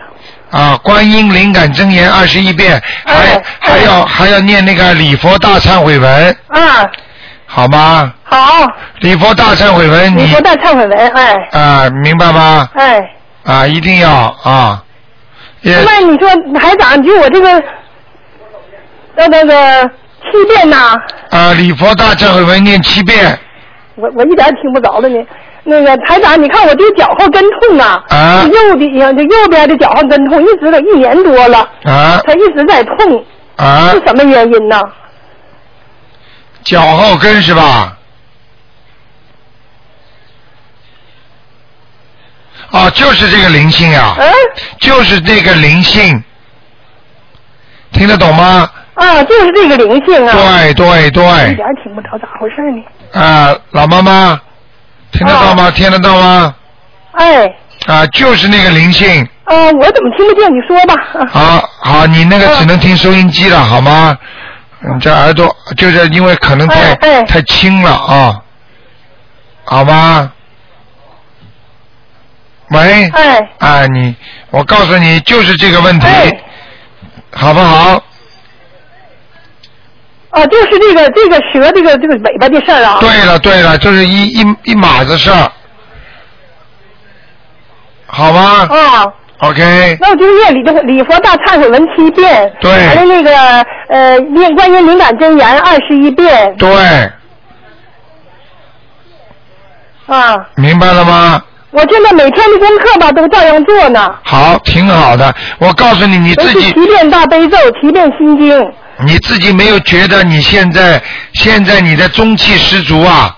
[SPEAKER 1] 啊，观音灵感真言二十一遍，
[SPEAKER 12] 哎
[SPEAKER 1] 还还要还要念那个礼佛大忏悔文，
[SPEAKER 12] 啊，
[SPEAKER 1] 好吗？
[SPEAKER 12] 好，
[SPEAKER 1] 礼佛哦大忏悔文，
[SPEAKER 12] 你
[SPEAKER 1] 你
[SPEAKER 12] 说大忏悔文，哎
[SPEAKER 1] 啊、明白吗？
[SPEAKER 12] 哎。
[SPEAKER 1] 啊，一定要啊，也
[SPEAKER 12] 另外你说还咋？你就我这个，呃那个七遍呐，
[SPEAKER 1] 啊，礼佛大忏悔文念七遍
[SPEAKER 12] 我我一点儿听不着了呢。那个台长，你看我这个脚后跟痛啊，
[SPEAKER 1] 啊
[SPEAKER 12] 右的这右边的脚后跟痛，一直都一年多了，
[SPEAKER 1] 啊
[SPEAKER 12] 它一直在痛，
[SPEAKER 1] 啊
[SPEAKER 12] 是，什么原因呢？
[SPEAKER 1] 脚后跟是吧？哦，就是这个灵性啊，
[SPEAKER 12] 嗯
[SPEAKER 1] 就是这个灵性，听得懂吗？
[SPEAKER 12] 啊，就是这个灵性啊。
[SPEAKER 1] 对对哎对
[SPEAKER 12] 一点儿听不着咋回事儿呢。
[SPEAKER 1] 啊，老妈妈，听得到吗？听得到吗？
[SPEAKER 12] 哦哎，
[SPEAKER 1] 啊，就是那个灵性，
[SPEAKER 12] 呃，我怎么听不见？你说吧。嗯
[SPEAKER 1] 好好，你那个只能听收音机了，好吗？你这耳朵就是因为可能
[SPEAKER 12] 哎
[SPEAKER 1] 太、太轻了啊，好吗？喂，
[SPEAKER 12] 哎，
[SPEAKER 1] 啊你，我告诉你，就是这个问题，好不好？
[SPEAKER 12] 啊，就是这个这个蛇这个这个尾巴的事儿啊。
[SPEAKER 1] 对了对了，就是一一一码子事儿，好吗？
[SPEAKER 12] 啊。
[SPEAKER 1] OK，
[SPEAKER 12] 那我就是念礼的礼佛大忏悔文七遍，
[SPEAKER 1] 哎对
[SPEAKER 12] 完了那个呃念观音灵感真言二十一遍，
[SPEAKER 1] 对，
[SPEAKER 12] 啊，
[SPEAKER 1] 明白了吗？
[SPEAKER 12] 我现在每天的功课吧都照样做呢，
[SPEAKER 1] 好，挺好的。我告诉你，你
[SPEAKER 12] 都
[SPEAKER 1] 自
[SPEAKER 12] 是
[SPEAKER 1] 己
[SPEAKER 12] 七遍大悲咒，七遍心经，
[SPEAKER 1] 你自己没有觉得你现在现在你的中气十足啊？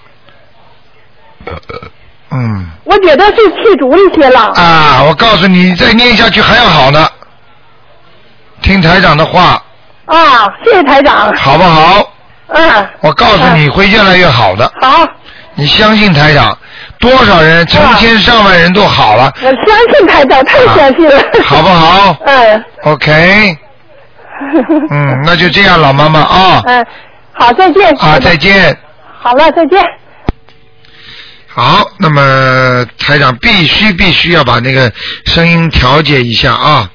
[SPEAKER 1] 嗯
[SPEAKER 12] 我觉得是气足一些了。
[SPEAKER 1] 啊，我告诉你，你再念下去还要好呢。听台长的话，
[SPEAKER 12] 啊，谢谢台长，
[SPEAKER 1] 好不好？
[SPEAKER 12] 嗯，
[SPEAKER 1] 我告诉你，会越来越好的。
[SPEAKER 12] 好。
[SPEAKER 1] 你相信台长，多少人成千上万人都好了，啊
[SPEAKER 12] 我相信台长，太相信了，
[SPEAKER 1] 好不
[SPEAKER 12] <laughs>
[SPEAKER 1] 好
[SPEAKER 12] 嗯，
[SPEAKER 1] ？OK，嗯，那就这样，老妈妈啊
[SPEAKER 12] <laughs> 嗯，好，再见，
[SPEAKER 1] 啊，再见。
[SPEAKER 12] 好了，再见。
[SPEAKER 1] 好，那么台长必须必须要把那个声音调节一下啊，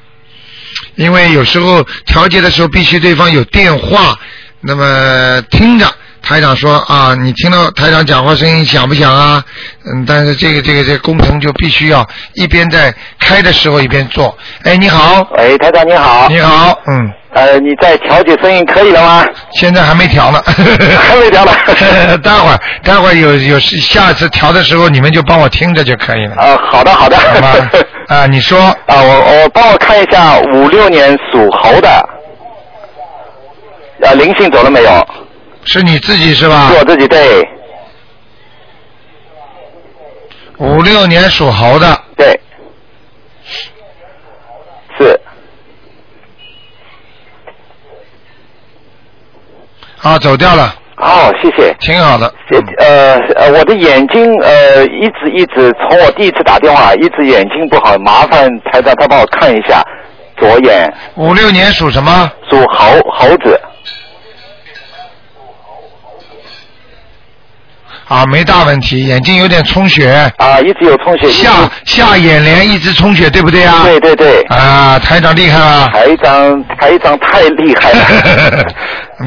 [SPEAKER 1] 因为有时候调节的时候必须对方有电话，那么听着台长说啊，你听到台长讲话声音响不响啊？嗯，但是这个这个这个工程就必须要一边在开的时候一边做。哎，你好，
[SPEAKER 13] 喂，台长你好。
[SPEAKER 1] 你好，嗯。
[SPEAKER 13] 呃，你在调节声音可以了吗？
[SPEAKER 1] 现在还没
[SPEAKER 13] <laughs>
[SPEAKER 1] 调呢，还
[SPEAKER 13] 没调呢。
[SPEAKER 1] <laughs> 待会儿，待会儿有有事下次调的时候，你们就帮我听着就可以了。
[SPEAKER 13] 啊、好的好的。
[SPEAKER 1] 好吧。
[SPEAKER 13] <laughs>
[SPEAKER 1] 啊，你说。啊，
[SPEAKER 13] 我我帮我看一下五六年属猴的，呃，灵性走了没有？
[SPEAKER 1] 是你自己是吧
[SPEAKER 13] 是？我自己对
[SPEAKER 1] 五六年属猴的。
[SPEAKER 13] 对。是。
[SPEAKER 1] 啊，走掉了。
[SPEAKER 13] 哦，谢谢。
[SPEAKER 1] 挺好的。
[SPEAKER 13] 呃呃，我的眼睛呃一直一直从我第一次打电话一直眼睛不好，麻烦台长他帮我看一下左眼
[SPEAKER 1] 五六年属什么？
[SPEAKER 13] 属猴猴子。
[SPEAKER 1] 啊，没大问题，眼睛有点充血。
[SPEAKER 13] 啊，一直有充血。
[SPEAKER 1] 下下眼帘一直充血，对不对啊？
[SPEAKER 13] 对对对。
[SPEAKER 1] 啊，台长厉害啊！
[SPEAKER 13] 台长，台长太厉害了。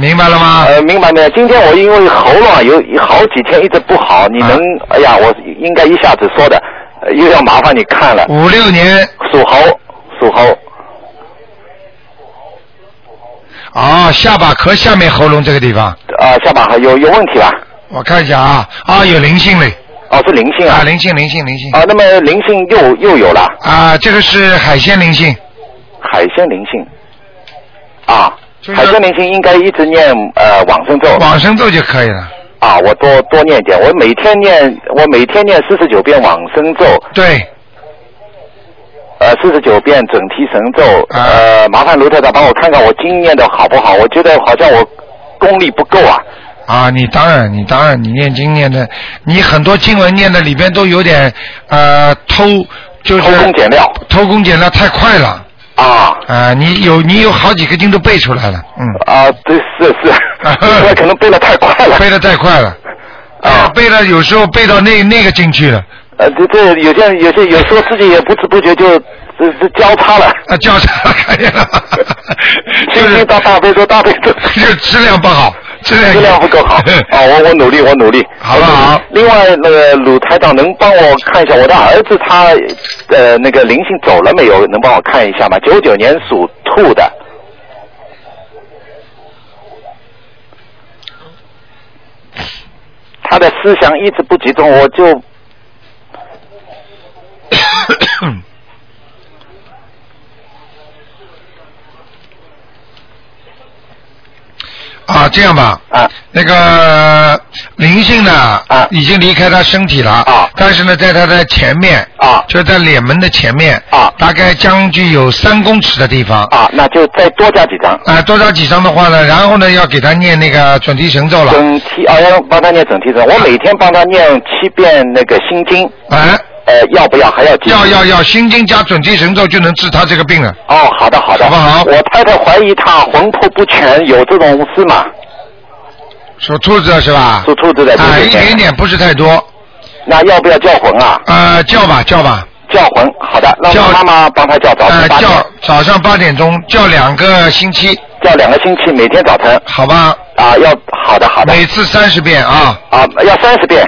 [SPEAKER 1] 明白了吗？
[SPEAKER 13] 呃，明白没有？今天我因为喉咙啊有有好几天一直不好，你能，
[SPEAKER 1] 啊
[SPEAKER 13] 哎呀，我应该一下子说的，呃又要麻烦你看了。
[SPEAKER 1] 五六年
[SPEAKER 13] 属猴，属猴，
[SPEAKER 1] <laughs> 啊，下巴壳下面喉咙这个地方，
[SPEAKER 13] 啊、下巴有有问题吧？
[SPEAKER 1] 我看一下啊，啊，有灵性嘞。
[SPEAKER 13] 哦，是灵性啊。
[SPEAKER 1] 啊，灵性，灵性，灵性。
[SPEAKER 13] 啊，那么灵性又又有了，
[SPEAKER 1] 啊，这个是海鲜灵性，
[SPEAKER 13] 海鲜灵性，啊，
[SPEAKER 1] 就是
[SPEAKER 13] 海鲜灵性应该一直念呃往生咒。
[SPEAKER 1] 往生咒就可以了。
[SPEAKER 13] 啊，我多多念一点，我每天念，我每天念四十九遍往生咒，
[SPEAKER 1] 对，
[SPEAKER 13] 呃，四十九遍准提神咒，
[SPEAKER 1] 啊
[SPEAKER 13] 呃，麻烦卢台长帮我看看我经念的好不好？我觉得好像我功力不够啊。
[SPEAKER 1] 啊，你当然，你当然，你念经念的，你很多经文念的里边都有点呃偷，就是偷工
[SPEAKER 13] 减料，
[SPEAKER 1] 偷工减料太快了。
[SPEAKER 13] 啊。
[SPEAKER 1] 啊，你有你有好几个经都背出来了，嗯。
[SPEAKER 13] 啊，对，是
[SPEAKER 1] <laughs>
[SPEAKER 13] 是，我可能背的太快了。
[SPEAKER 1] 背的太快了。啊，背了有时候背到那那个进去了，
[SPEAKER 13] 呃，这这有些有些有时候自己也不知不觉就这这交叉了。
[SPEAKER 1] 啊，交叉了，可以
[SPEAKER 13] <laughs>
[SPEAKER 1] 了。
[SPEAKER 13] 就是大大悲咒，大悲咒。
[SPEAKER 1] 就质量不好，质量
[SPEAKER 13] 质量不 <laughs> 够好。啊，我我努力，我努力，好不好？另外，那个鲁台长能帮我看一下我的儿子他呃那个灵性走了没有？能帮我看一下吗？九九年属兔的。他的思想一直不集中，我就
[SPEAKER 1] 啊，这样吧，
[SPEAKER 13] 啊，
[SPEAKER 1] 那个灵性呢，啊，已经离开他身体了，啊，但是呢，在他的前面，
[SPEAKER 13] 啊，
[SPEAKER 1] 就在脸门的前面，
[SPEAKER 13] 啊，
[SPEAKER 1] 大概将近有三公尺的地方，
[SPEAKER 13] 啊，那就再多加几张。
[SPEAKER 1] 啊，多烧几张的话呢，然后呢，要给他念那个准提神咒了，
[SPEAKER 13] 整体啊，要帮他念整体咒，我每天帮他念七遍那个心经。
[SPEAKER 1] 啊。
[SPEAKER 13] 呃，要不要还要继续
[SPEAKER 1] 要要要，心经加准提神咒就能治他这个病了。
[SPEAKER 13] 哦，好的好的。好不好？我太太怀疑他魂魄不全，有这种事嘛？
[SPEAKER 1] 属兔子的是吧？
[SPEAKER 13] 属兔子的。
[SPEAKER 1] 啊，一点点，不是太多。
[SPEAKER 13] 那要不要叫魂啊？
[SPEAKER 1] 呃，叫吧叫吧，
[SPEAKER 13] 叫魂，嗯好的，让妈妈帮他叫早晨
[SPEAKER 1] 呃
[SPEAKER 13] 八点。
[SPEAKER 1] 叫早上八点钟叫两个星期，
[SPEAKER 13] 叫两个星期，每天早晨。
[SPEAKER 1] 好吧？
[SPEAKER 13] 啊，要好的好的。
[SPEAKER 1] 每次三十遍啊。
[SPEAKER 13] 啊，要三十遍。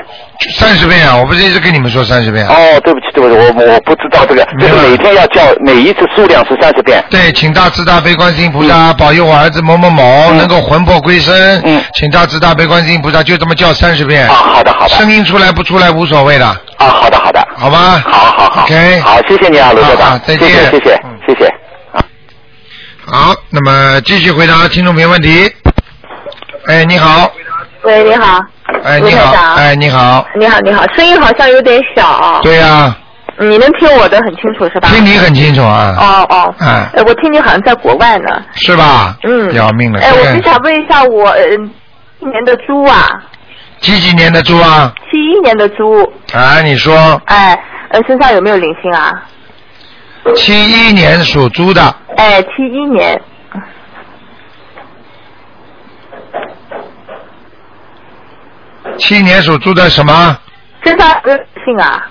[SPEAKER 1] 三十遍啊！我不是一直跟你们说三十遍啊。
[SPEAKER 13] 哦，对不起对不起，我我不知道这个，就是每天要叫，每一次数量是三十遍。
[SPEAKER 1] 对，请大慈大悲观世音菩
[SPEAKER 13] 嗯
[SPEAKER 1] 萨保佑我儿子某某某、能够魂魄归身。嗯，请大慈大悲观世音菩萨就这么叫三十遍。啊，
[SPEAKER 13] 好的，好
[SPEAKER 1] 的。声音出来不出来无所谓的。
[SPEAKER 13] 啊，好的，好的。
[SPEAKER 1] 好吧。
[SPEAKER 13] 好好好。
[SPEAKER 1] OK。
[SPEAKER 13] 好，谢谢你啊，卢
[SPEAKER 1] 好
[SPEAKER 13] 校
[SPEAKER 1] 好
[SPEAKER 13] 长，
[SPEAKER 1] 再
[SPEAKER 13] 谢
[SPEAKER 1] 见
[SPEAKER 13] 谢谢谢谢谢。
[SPEAKER 1] 好，那么继续回答听众朋友问题。哎，你好，
[SPEAKER 14] 喂，你好，
[SPEAKER 1] 哎，
[SPEAKER 14] 卢
[SPEAKER 1] 你
[SPEAKER 14] 台
[SPEAKER 1] 好，
[SPEAKER 14] 长
[SPEAKER 1] 哎，你好，
[SPEAKER 14] 你好，你好，声音好像有点小啊。嗯
[SPEAKER 1] 对呀、
[SPEAKER 14] 你能听我的很清楚是吧？
[SPEAKER 1] 听你很清楚啊，
[SPEAKER 14] 哦哦，
[SPEAKER 1] 哎，
[SPEAKER 14] 呃，我听你好像在国外呢。
[SPEAKER 1] 是吧？
[SPEAKER 14] 嗯
[SPEAKER 1] 要命了，
[SPEAKER 14] 哎，我
[SPEAKER 1] 这
[SPEAKER 14] 就
[SPEAKER 1] 个
[SPEAKER 14] 想问一下我，呃今年的猪啊，
[SPEAKER 1] 几几年的猪啊？
[SPEAKER 14] 七一年的猪，
[SPEAKER 1] 啊，你说
[SPEAKER 14] 哎，呃，身上有没有灵性啊？
[SPEAKER 1] 七一年属猪的，
[SPEAKER 14] 哎，七一年，
[SPEAKER 1] 七一年属猪的什么？
[SPEAKER 14] 身上有没有灵性啊？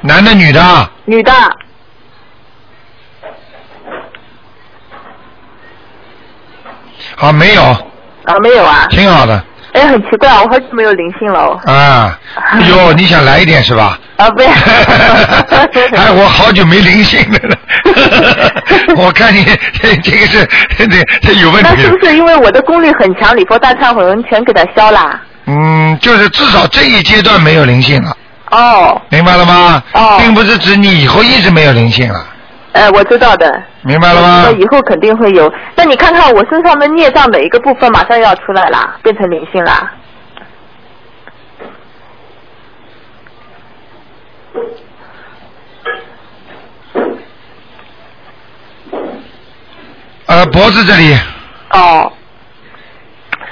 [SPEAKER 1] 男的女的？
[SPEAKER 14] 女的，
[SPEAKER 1] 啊，没有，
[SPEAKER 14] 啊，没有啊。
[SPEAKER 1] 挺好的
[SPEAKER 14] 哎，很奇怪，我好久没有灵性了哦。
[SPEAKER 1] 啊。哟，你想来一点是吧？
[SPEAKER 14] 啊，
[SPEAKER 1] <laughs>
[SPEAKER 14] 不要。 <laughs>
[SPEAKER 1] 哎，我好久没灵性了 <laughs> 呢，我看你 <laughs> 这这个是 <laughs> 这这有问
[SPEAKER 14] 那
[SPEAKER 1] 题
[SPEAKER 14] 是。不是因为我的功力很强，礼佛大忏悔文全给它消啦？
[SPEAKER 1] 嗯，就是至少这一阶段没有灵性了，
[SPEAKER 14] 哦，
[SPEAKER 1] 明白了吗？并不是指你以后一直没有灵性了，
[SPEAKER 14] 呃，我知道的。
[SPEAKER 1] 明白了
[SPEAKER 14] 我
[SPEAKER 1] 吗？
[SPEAKER 14] 哦以后肯定会有。那你看看我身上的孽障哪一个部分马上要出来啦，变成灵性啦？
[SPEAKER 1] 呃，脖子这里
[SPEAKER 14] 哦，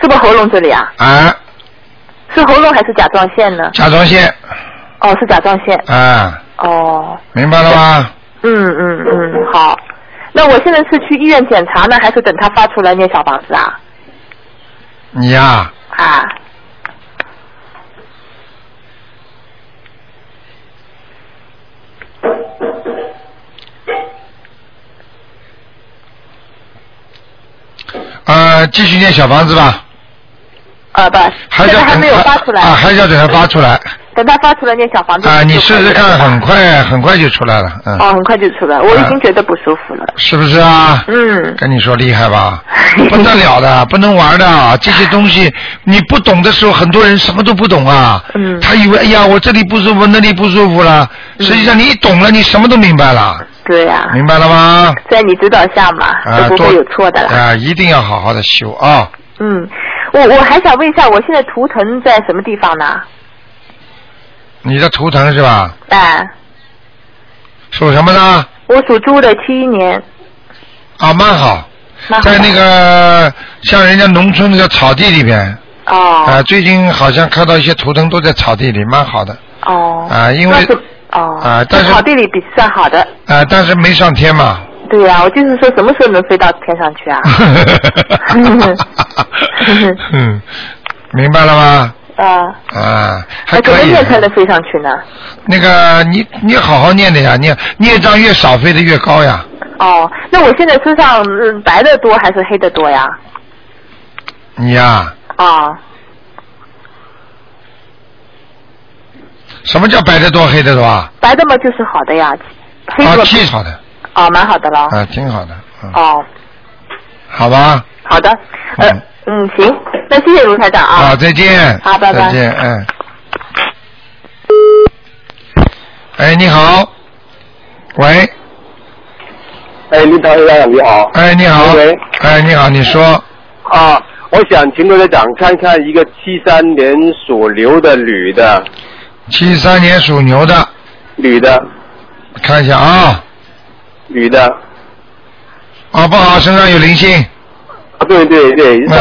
[SPEAKER 14] 是不是喉咙这里啊？
[SPEAKER 1] 啊，
[SPEAKER 14] 是喉咙还是甲状腺呢？
[SPEAKER 1] 甲状腺
[SPEAKER 14] 哦，是甲状腺。
[SPEAKER 1] 啊，
[SPEAKER 14] 哦，
[SPEAKER 1] 明白了吗？
[SPEAKER 14] 嗯嗯嗯，好。那我现在是去医院检查呢，还是等他发出来念小房子啊？
[SPEAKER 1] 你呀、
[SPEAKER 14] 啊，
[SPEAKER 1] 呃，继续念小房子吧，
[SPEAKER 14] 呃，不，
[SPEAKER 1] 还
[SPEAKER 14] 现
[SPEAKER 1] 是
[SPEAKER 14] 在
[SPEAKER 1] 要
[SPEAKER 14] 还
[SPEAKER 1] 等
[SPEAKER 14] 没有发出来。嗯
[SPEAKER 1] 啊，还是要等它发出来
[SPEAKER 14] 等他发出来念小房子。
[SPEAKER 1] 啊，你试试看，
[SPEAKER 14] 很。
[SPEAKER 1] 很快很快就出来了，嗯，
[SPEAKER 14] 哦，很快就出来，我已经觉得不舒服了。
[SPEAKER 1] 是不是啊？
[SPEAKER 14] 嗯，
[SPEAKER 1] 跟你说厉害
[SPEAKER 14] <laughs>
[SPEAKER 1] 吧，不得了的，不能玩的，啊这些东西你不懂的时候，很多人什么都不懂啊，嗯，他以为哎呀我这里不舒服，那里不舒服了，
[SPEAKER 14] 嗯
[SPEAKER 1] 实际上你一懂了，你什么都明白了，
[SPEAKER 14] 对呀、
[SPEAKER 1] 明白了吗？
[SPEAKER 14] 在你指导下嘛，
[SPEAKER 1] 啊，
[SPEAKER 14] 都不
[SPEAKER 1] 多
[SPEAKER 14] 会有错的啦。
[SPEAKER 1] 啊，一定要好好的修啊。
[SPEAKER 14] 嗯，我我还想问一下，我现在图腾在什么地方呢？
[SPEAKER 1] 你的图腾是吧？
[SPEAKER 14] 哎，
[SPEAKER 1] 属什么呢？
[SPEAKER 14] 我属猪的，七一年。
[SPEAKER 1] 啊，蛮好，
[SPEAKER 14] 蛮好
[SPEAKER 1] 在
[SPEAKER 14] 的
[SPEAKER 1] 那个像人家农村那个草地里边。
[SPEAKER 14] 哦。
[SPEAKER 1] 啊，最近好像看到一些图腾都在草地里，蛮好的。
[SPEAKER 14] 哦。
[SPEAKER 1] 啊，因为
[SPEAKER 14] 那是哦。
[SPEAKER 1] 啊但是
[SPEAKER 14] 草地里比算好的。
[SPEAKER 1] 啊，但是没上天嘛。
[SPEAKER 14] <laughs> 对呀、我就是说什么时候能飞到天
[SPEAKER 1] <laughs>
[SPEAKER 14] 上去啊？
[SPEAKER 1] 嗯，明白了吗？
[SPEAKER 14] 啊，
[SPEAKER 1] 啊，还
[SPEAKER 14] 那
[SPEAKER 1] 可
[SPEAKER 14] 怎么
[SPEAKER 1] 以。
[SPEAKER 14] 念才能飞上去呢？
[SPEAKER 1] 那个你你好好念的呀，念孽障越少飞得越高呀。
[SPEAKER 14] 哦，那我现在身上、嗯白的多还是黑的多呀？
[SPEAKER 1] 你呀，
[SPEAKER 14] 啊、
[SPEAKER 1] 什么叫白的多黑的多啊？
[SPEAKER 14] 白的嘛就是好的呀，黑
[SPEAKER 1] 啊
[SPEAKER 14] 的，嘛
[SPEAKER 1] 挺好的，
[SPEAKER 14] 哦，蛮好的了。
[SPEAKER 1] 啊，挺好的，嗯
[SPEAKER 14] 哦，
[SPEAKER 1] 好吧，
[SPEAKER 14] 好的，呃，嗯，行，那谢谢卢台长啊。
[SPEAKER 1] 好，再见。
[SPEAKER 14] 好，拜拜。
[SPEAKER 1] 再见，嗯。哎，你好。喂，
[SPEAKER 10] 哎，林导长你好。
[SPEAKER 1] 哎，你好
[SPEAKER 10] 喂，。
[SPEAKER 1] 哎，你好，你说。
[SPEAKER 10] 啊，我想请卢台长看看一个七三年属牛的女的
[SPEAKER 1] 七三年属牛的，
[SPEAKER 10] 女的
[SPEAKER 1] 看一下啊，
[SPEAKER 10] 女的，
[SPEAKER 1] 啊不好，身上有灵性，
[SPEAKER 10] 啊对对对，上、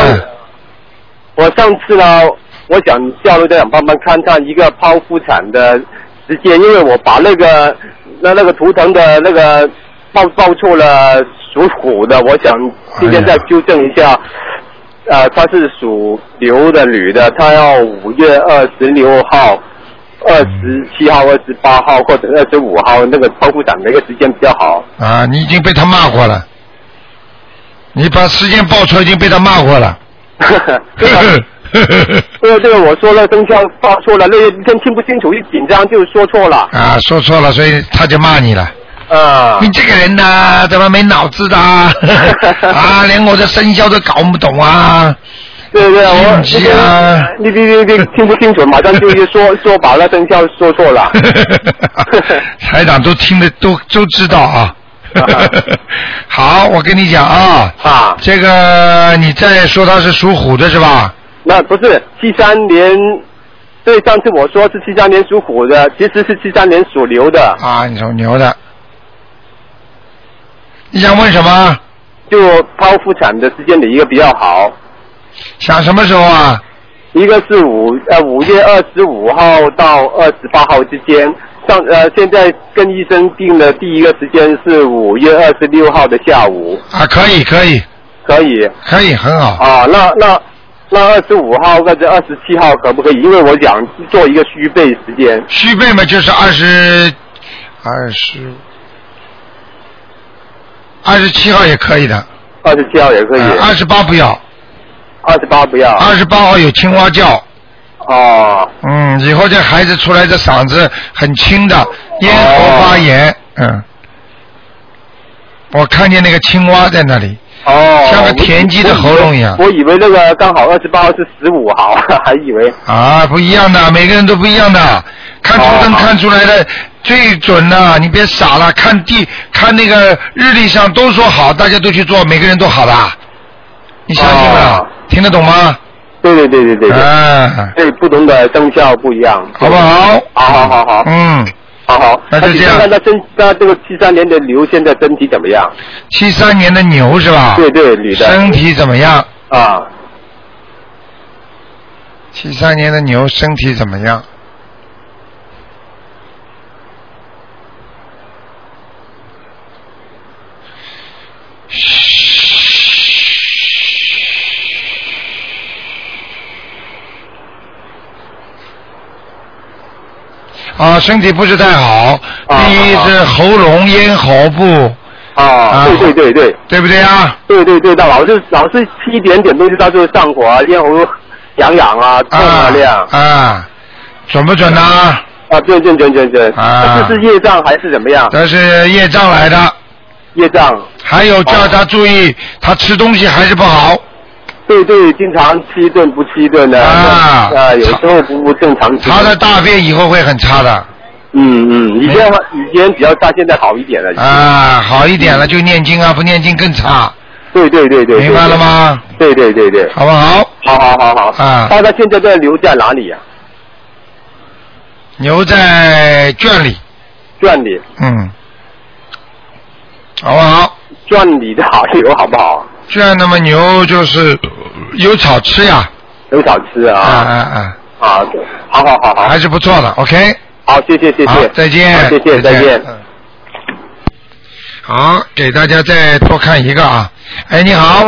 [SPEAKER 10] 我上次呢，我想叫卢台长帮忙看看一个剖腹产的时间，因为我把那个那那个图腾的那个报报错了属虎的，我想今天再纠正一下。呃，她是属牛的女的，她要五月二十六号、二十七号、二十八号或者二十五号那个剖腹产的一个时间比较好。
[SPEAKER 1] 啊，你已经被他骂过了，你把时间报错已经被他骂过了，
[SPEAKER 10] 因为这个呃我说了生肖报错了，那一天听不清楚，一紧张就说错了。
[SPEAKER 1] <laughs> 啊，说错了，所以他就骂你了。
[SPEAKER 10] 啊、
[SPEAKER 1] 你这个人呐，怎么没脑子
[SPEAKER 10] <laughs>
[SPEAKER 1] 的啊？啊，连我的生肖都搞不懂啊！
[SPEAKER 10] 对对，我
[SPEAKER 1] 心急啊！
[SPEAKER 10] 你你你你听不清楚，马上就一说 <laughs> 说把那生肖说错
[SPEAKER 1] <laughs>
[SPEAKER 10] 了。
[SPEAKER 1] 台长都听得都都知
[SPEAKER 10] <laughs>
[SPEAKER 1] 道啊。好，我跟你讲啊，
[SPEAKER 10] 啊，
[SPEAKER 1] 这个你再说他是属虎的是吧？
[SPEAKER 10] 那不是七三年，对，上次我说是七三年属虎的，其实是七三年属牛的。
[SPEAKER 1] 啊，你属牛的。你想问什么？
[SPEAKER 10] 就剖腹产的时间里一个比较好。
[SPEAKER 1] 想什么时候啊？
[SPEAKER 10] 一个是五呃五月二十五号到二十八号之间，上呃现在跟医生定的第一个时间是五月二十六号的下午，
[SPEAKER 1] 啊，可以可以
[SPEAKER 10] 可以。
[SPEAKER 1] 可以，很好。
[SPEAKER 10] 啊，那那那二十五号或者二十七号可不可以？因为我想做一个虚备时间。
[SPEAKER 1] 虚备嘛，就是二十二十二十七号也可以的，
[SPEAKER 10] 二十七号也可以。
[SPEAKER 1] 呃二十八不要，
[SPEAKER 10] 二十八不要。
[SPEAKER 1] 二十八号有青蛙叫。
[SPEAKER 10] 啊哦。
[SPEAKER 1] 嗯，以后这孩子出来这嗓子很轻的，咽喉发炎，嗯。我看见那个青蛙在那里，
[SPEAKER 10] 哦。
[SPEAKER 1] 像个田鸡的喉咙一样
[SPEAKER 10] 我以为我以为那个刚好二十八号是十五号， <laughs> 还以为
[SPEAKER 1] 啊，不一样的，每个人都不一样的，看图腾看出来的最准的，你别傻了，看地看那个日历上都说好，大家都去做，每个人都好的，你相信吗？听得懂吗？
[SPEAKER 10] 对对对对对对。
[SPEAKER 1] 啊。
[SPEAKER 10] 对，不同的生肖不一样。
[SPEAKER 1] 好不好？
[SPEAKER 10] 好好好好。
[SPEAKER 1] 嗯，
[SPEAKER 10] 好好，
[SPEAKER 1] 那就这样
[SPEAKER 10] 那身那这个七三年的牛现在身体怎么样？
[SPEAKER 1] 七三年的牛是吧？
[SPEAKER 10] 对对，女的。
[SPEAKER 1] 身体怎么样？
[SPEAKER 10] 啊，
[SPEAKER 1] 七三年的牛身体怎么样？啊，身体不是太好，第一是喉咙、咽喉部，
[SPEAKER 10] 啊，对对对对，
[SPEAKER 1] 对不对啊？
[SPEAKER 10] 对对对，那老是老是吃一点点东西，它就上火啊，咽喉痒痒啊，痛啊那样。
[SPEAKER 1] 啊，准不准呢、
[SPEAKER 10] 啊，对对对对对。
[SPEAKER 1] 啊
[SPEAKER 10] 这是业障还是怎么样？
[SPEAKER 1] 这是业障来的。
[SPEAKER 10] 业障。哦
[SPEAKER 1] 还有叫他注意，他吃东西还是不好。
[SPEAKER 10] 对对，经常吃一顿不吃一顿的。啊。啊，有时候不不正常吃。
[SPEAKER 1] 他的大便以后会很差的。
[SPEAKER 10] 嗯嗯，以前以前比较差，现在好一点了。
[SPEAKER 1] 啊，好一点了就念经啊，不念经更差，
[SPEAKER 10] 对对嗯对对。对
[SPEAKER 1] 明白了吗？
[SPEAKER 10] 对对对对。
[SPEAKER 1] 好不好？
[SPEAKER 10] 好好好好。
[SPEAKER 1] 啊
[SPEAKER 10] 他他现在在留在哪里啊呀、
[SPEAKER 1] 牛在圈里，
[SPEAKER 10] 圈里，
[SPEAKER 1] 嗯，好不好？
[SPEAKER 10] 圈里的好油好不好？
[SPEAKER 1] 圈那么牛就是呃有草吃呀，
[SPEAKER 10] 有少吃啊。
[SPEAKER 1] 啊啊啊，
[SPEAKER 10] 啊，对好好好好，
[SPEAKER 1] 还是不错的，OK。
[SPEAKER 10] 好，谢谢谢
[SPEAKER 1] 好
[SPEAKER 10] 谢，
[SPEAKER 1] 再见
[SPEAKER 10] 好谢谢再
[SPEAKER 1] 再见
[SPEAKER 10] 见。
[SPEAKER 1] 好，给大家再多看一个啊。哎，你好，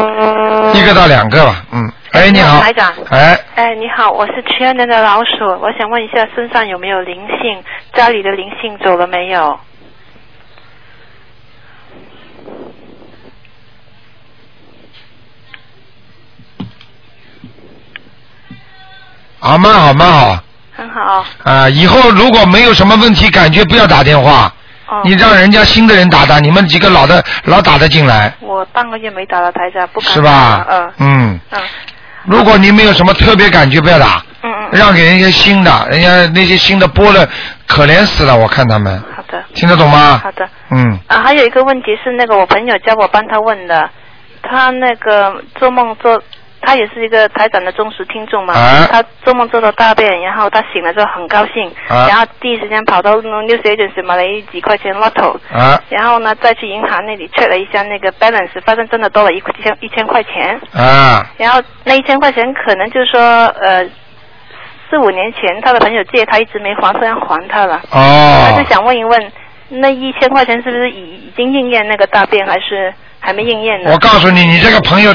[SPEAKER 1] 一个到两个吧，嗯。哎，你好
[SPEAKER 15] 台长，
[SPEAKER 1] 哎，
[SPEAKER 15] 哎，你好，我是去年的老鼠，我想问一下身上有没有灵性，家里的灵性走了没有？
[SPEAKER 1] 好，蛮好，蛮好。
[SPEAKER 15] 很好，
[SPEAKER 1] 啊，以后如果没有什么问题，感觉不要打电话，
[SPEAKER 15] 哦
[SPEAKER 1] 你让人家新的人打打，你们几个老的老打得进来，
[SPEAKER 15] 我半个月没打了台长，不敢啊
[SPEAKER 1] 是吧
[SPEAKER 15] 打了？
[SPEAKER 1] 嗯。如果你没有什么特别感觉，不要打，
[SPEAKER 15] 嗯嗯嗯，
[SPEAKER 1] 让给人家新的，人家那些新的播了，可怜死了，我看他们。
[SPEAKER 15] 好的。
[SPEAKER 1] 听得懂吗
[SPEAKER 15] 好的。
[SPEAKER 1] 嗯，
[SPEAKER 15] 啊，还有一个问题是那个我朋友叫我帮他问的，他那个做梦做他也是一个台长的忠实听众嘛。
[SPEAKER 1] 啊
[SPEAKER 15] 他做梦做到大便，然后他醒了之后很高兴，
[SPEAKER 1] 啊
[SPEAKER 15] 然后第一时间跑到 news agency 买了一几块钱 lotto，、
[SPEAKER 1] 啊
[SPEAKER 15] 然后呢再去银行那里 check 了一下那个 balance，发现真的多了一块一千一千块钱。
[SPEAKER 1] 啊
[SPEAKER 15] 然后那一千块钱可能就是说呃。四五年前，他的朋友借他一直没还，虽然还他了。
[SPEAKER 1] 哦
[SPEAKER 15] 他就想问一问，那一千块钱是不是已已经应验那个大便，还是还没应验呢？
[SPEAKER 1] 我告诉你，你这个朋友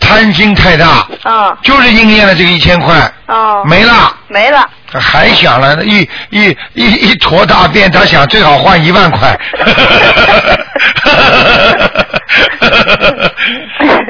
[SPEAKER 1] 贪心太大，
[SPEAKER 15] 嗯，
[SPEAKER 1] 就是应验了这个一千块，
[SPEAKER 15] 哦，
[SPEAKER 1] 没了，
[SPEAKER 15] 没了，
[SPEAKER 1] 还想了一一一一坨大便，他想最好换一万
[SPEAKER 15] <laughs>
[SPEAKER 1] 块，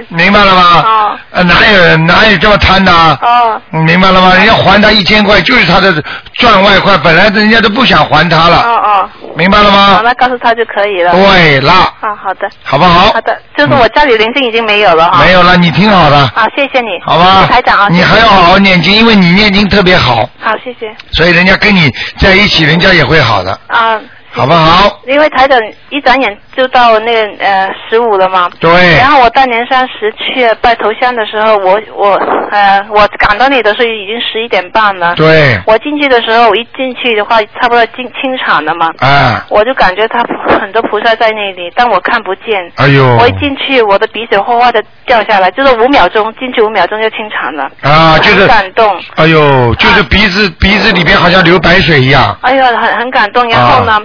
[SPEAKER 1] 明白了吗？
[SPEAKER 15] 哦
[SPEAKER 1] 呃哪有哪有这么贪的啊？
[SPEAKER 15] 哦，
[SPEAKER 1] 明白了吗？人家还他一千块，就是他的赚外快，本来人家都不想还他
[SPEAKER 15] 哦
[SPEAKER 1] 了，
[SPEAKER 15] 哦，
[SPEAKER 1] 明白了吗
[SPEAKER 15] 好，那告诉他就可以了。
[SPEAKER 1] 对了
[SPEAKER 15] 啊，好的，
[SPEAKER 1] 好不好
[SPEAKER 15] 好的，就是我家里灵性已经没有了哈。
[SPEAKER 1] 没有了，你挺好的，
[SPEAKER 15] 啊，谢谢你，
[SPEAKER 1] 好
[SPEAKER 15] 谢
[SPEAKER 1] 吧
[SPEAKER 15] 谢台长啊，？
[SPEAKER 1] 你
[SPEAKER 15] 谢谢
[SPEAKER 1] 还要好好念经，因为你念经特别好，
[SPEAKER 15] 好，谢谢
[SPEAKER 1] 所以人家跟你在一起，人家也会好的，
[SPEAKER 15] 啊。
[SPEAKER 1] 好不好？
[SPEAKER 15] 因为台长一转眼就到那个呃十五了嘛，
[SPEAKER 1] 对
[SPEAKER 15] 然后我大年三十去拜头香的时候，我我呃我赶到那的时候已经十一点半了。
[SPEAKER 1] 对
[SPEAKER 15] 我进去的时候，我一进去的话，差不多进清场了嘛。
[SPEAKER 1] 啊
[SPEAKER 15] 我就感觉他很多菩萨在那里，但我看不见。
[SPEAKER 1] 哎呦
[SPEAKER 15] 我一进去，我的鼻水哗哗的掉下来，就是五秒钟进去，五秒钟就清场了。
[SPEAKER 1] 啊，就
[SPEAKER 15] 很
[SPEAKER 1] 是，
[SPEAKER 15] 感动。
[SPEAKER 1] 哎呦，就是鼻子、鼻子里边好像流白水一样，
[SPEAKER 15] 哎呦，很很感动。然后呢，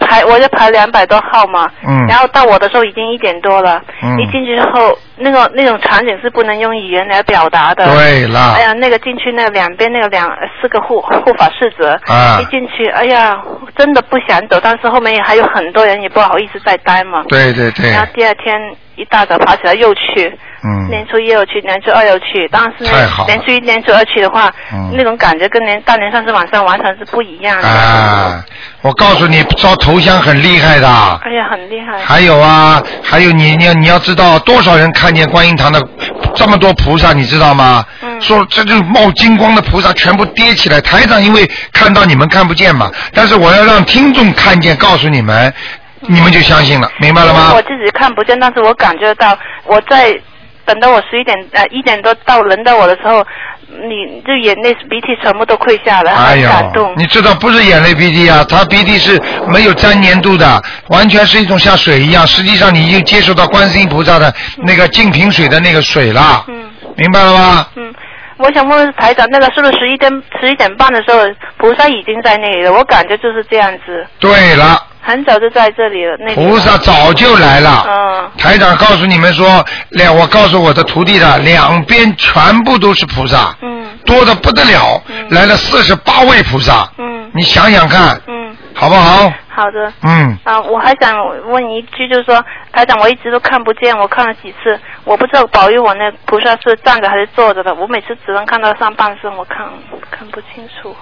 [SPEAKER 15] 排我就排两百多号嘛。
[SPEAKER 1] 啊嗯
[SPEAKER 15] 然后到我的时候已经一点多了。
[SPEAKER 1] 嗯
[SPEAKER 15] 一进去之后，那种那种场景是不能用语言来表达的。
[SPEAKER 1] 对了
[SPEAKER 15] 哎呀，那个进去那两边那个两四个护护法侍者。
[SPEAKER 1] 啊
[SPEAKER 15] 一进去，哎呀，真的不想走，但是后面也还有很多人，也不好意思再待嘛。
[SPEAKER 1] 对对对
[SPEAKER 15] 然后第二天一大早爬起来又去。
[SPEAKER 1] 嗯
[SPEAKER 15] 年初一又去，年初二又去，但是呢
[SPEAKER 1] 太好了
[SPEAKER 15] 年初一、年初二去的话，
[SPEAKER 1] 嗯
[SPEAKER 15] 那种感觉跟年大年三十晚上完全是不一样的。
[SPEAKER 1] 啊，我告诉你，烧头香很厉害的。
[SPEAKER 15] 哎呀，很厉害。
[SPEAKER 1] 还有啊，还有你你要你要知道，多少人看见观音堂的这么多菩萨，你知道吗？嗯。说这就冒金光的菩萨全部跌起来。台长因为看到你们看不见嘛，但是我要让听众看见，告诉你们，你们就相信了，明白了吗
[SPEAKER 15] 我？自己看不见，但是我感觉到我在等到我十一点呃一点多到轮到我的时候，你就眼泪鼻涕全部都溃下来，
[SPEAKER 1] 哎
[SPEAKER 15] 很
[SPEAKER 1] 呦
[SPEAKER 15] 感动。，
[SPEAKER 1] 你知道不是眼泪鼻涕啊，它鼻涕是没有粘粘度的，完全是一种像水一样。实际上你已经接受到观世音菩萨的那个净瓶水的那个水了，
[SPEAKER 15] 嗯
[SPEAKER 1] 明白了吗？
[SPEAKER 15] 嗯，我想问问台长，那个是不是十一点十一点半的时候菩萨已经在那里了？我感觉就是这样子，
[SPEAKER 1] 对了。
[SPEAKER 15] 很早就在这里了。那里
[SPEAKER 1] 菩萨早就来了
[SPEAKER 15] 嗯，
[SPEAKER 1] 台长告诉你们说，两我告诉我的徒弟的，两边全部都是菩萨，
[SPEAKER 15] 嗯，
[SPEAKER 1] 多的不得了，来了四十八位菩萨，
[SPEAKER 15] 嗯，
[SPEAKER 1] 你想想看，
[SPEAKER 15] 嗯，
[SPEAKER 1] 好不好？
[SPEAKER 15] 好的。
[SPEAKER 1] 嗯，
[SPEAKER 15] 啊，我还想问一句，就是说，台长，我一直都看不见，我看了几次，我不知道保佑我那菩萨是站着还是坐着的，我每次只能看到上半身，我看看不清楚。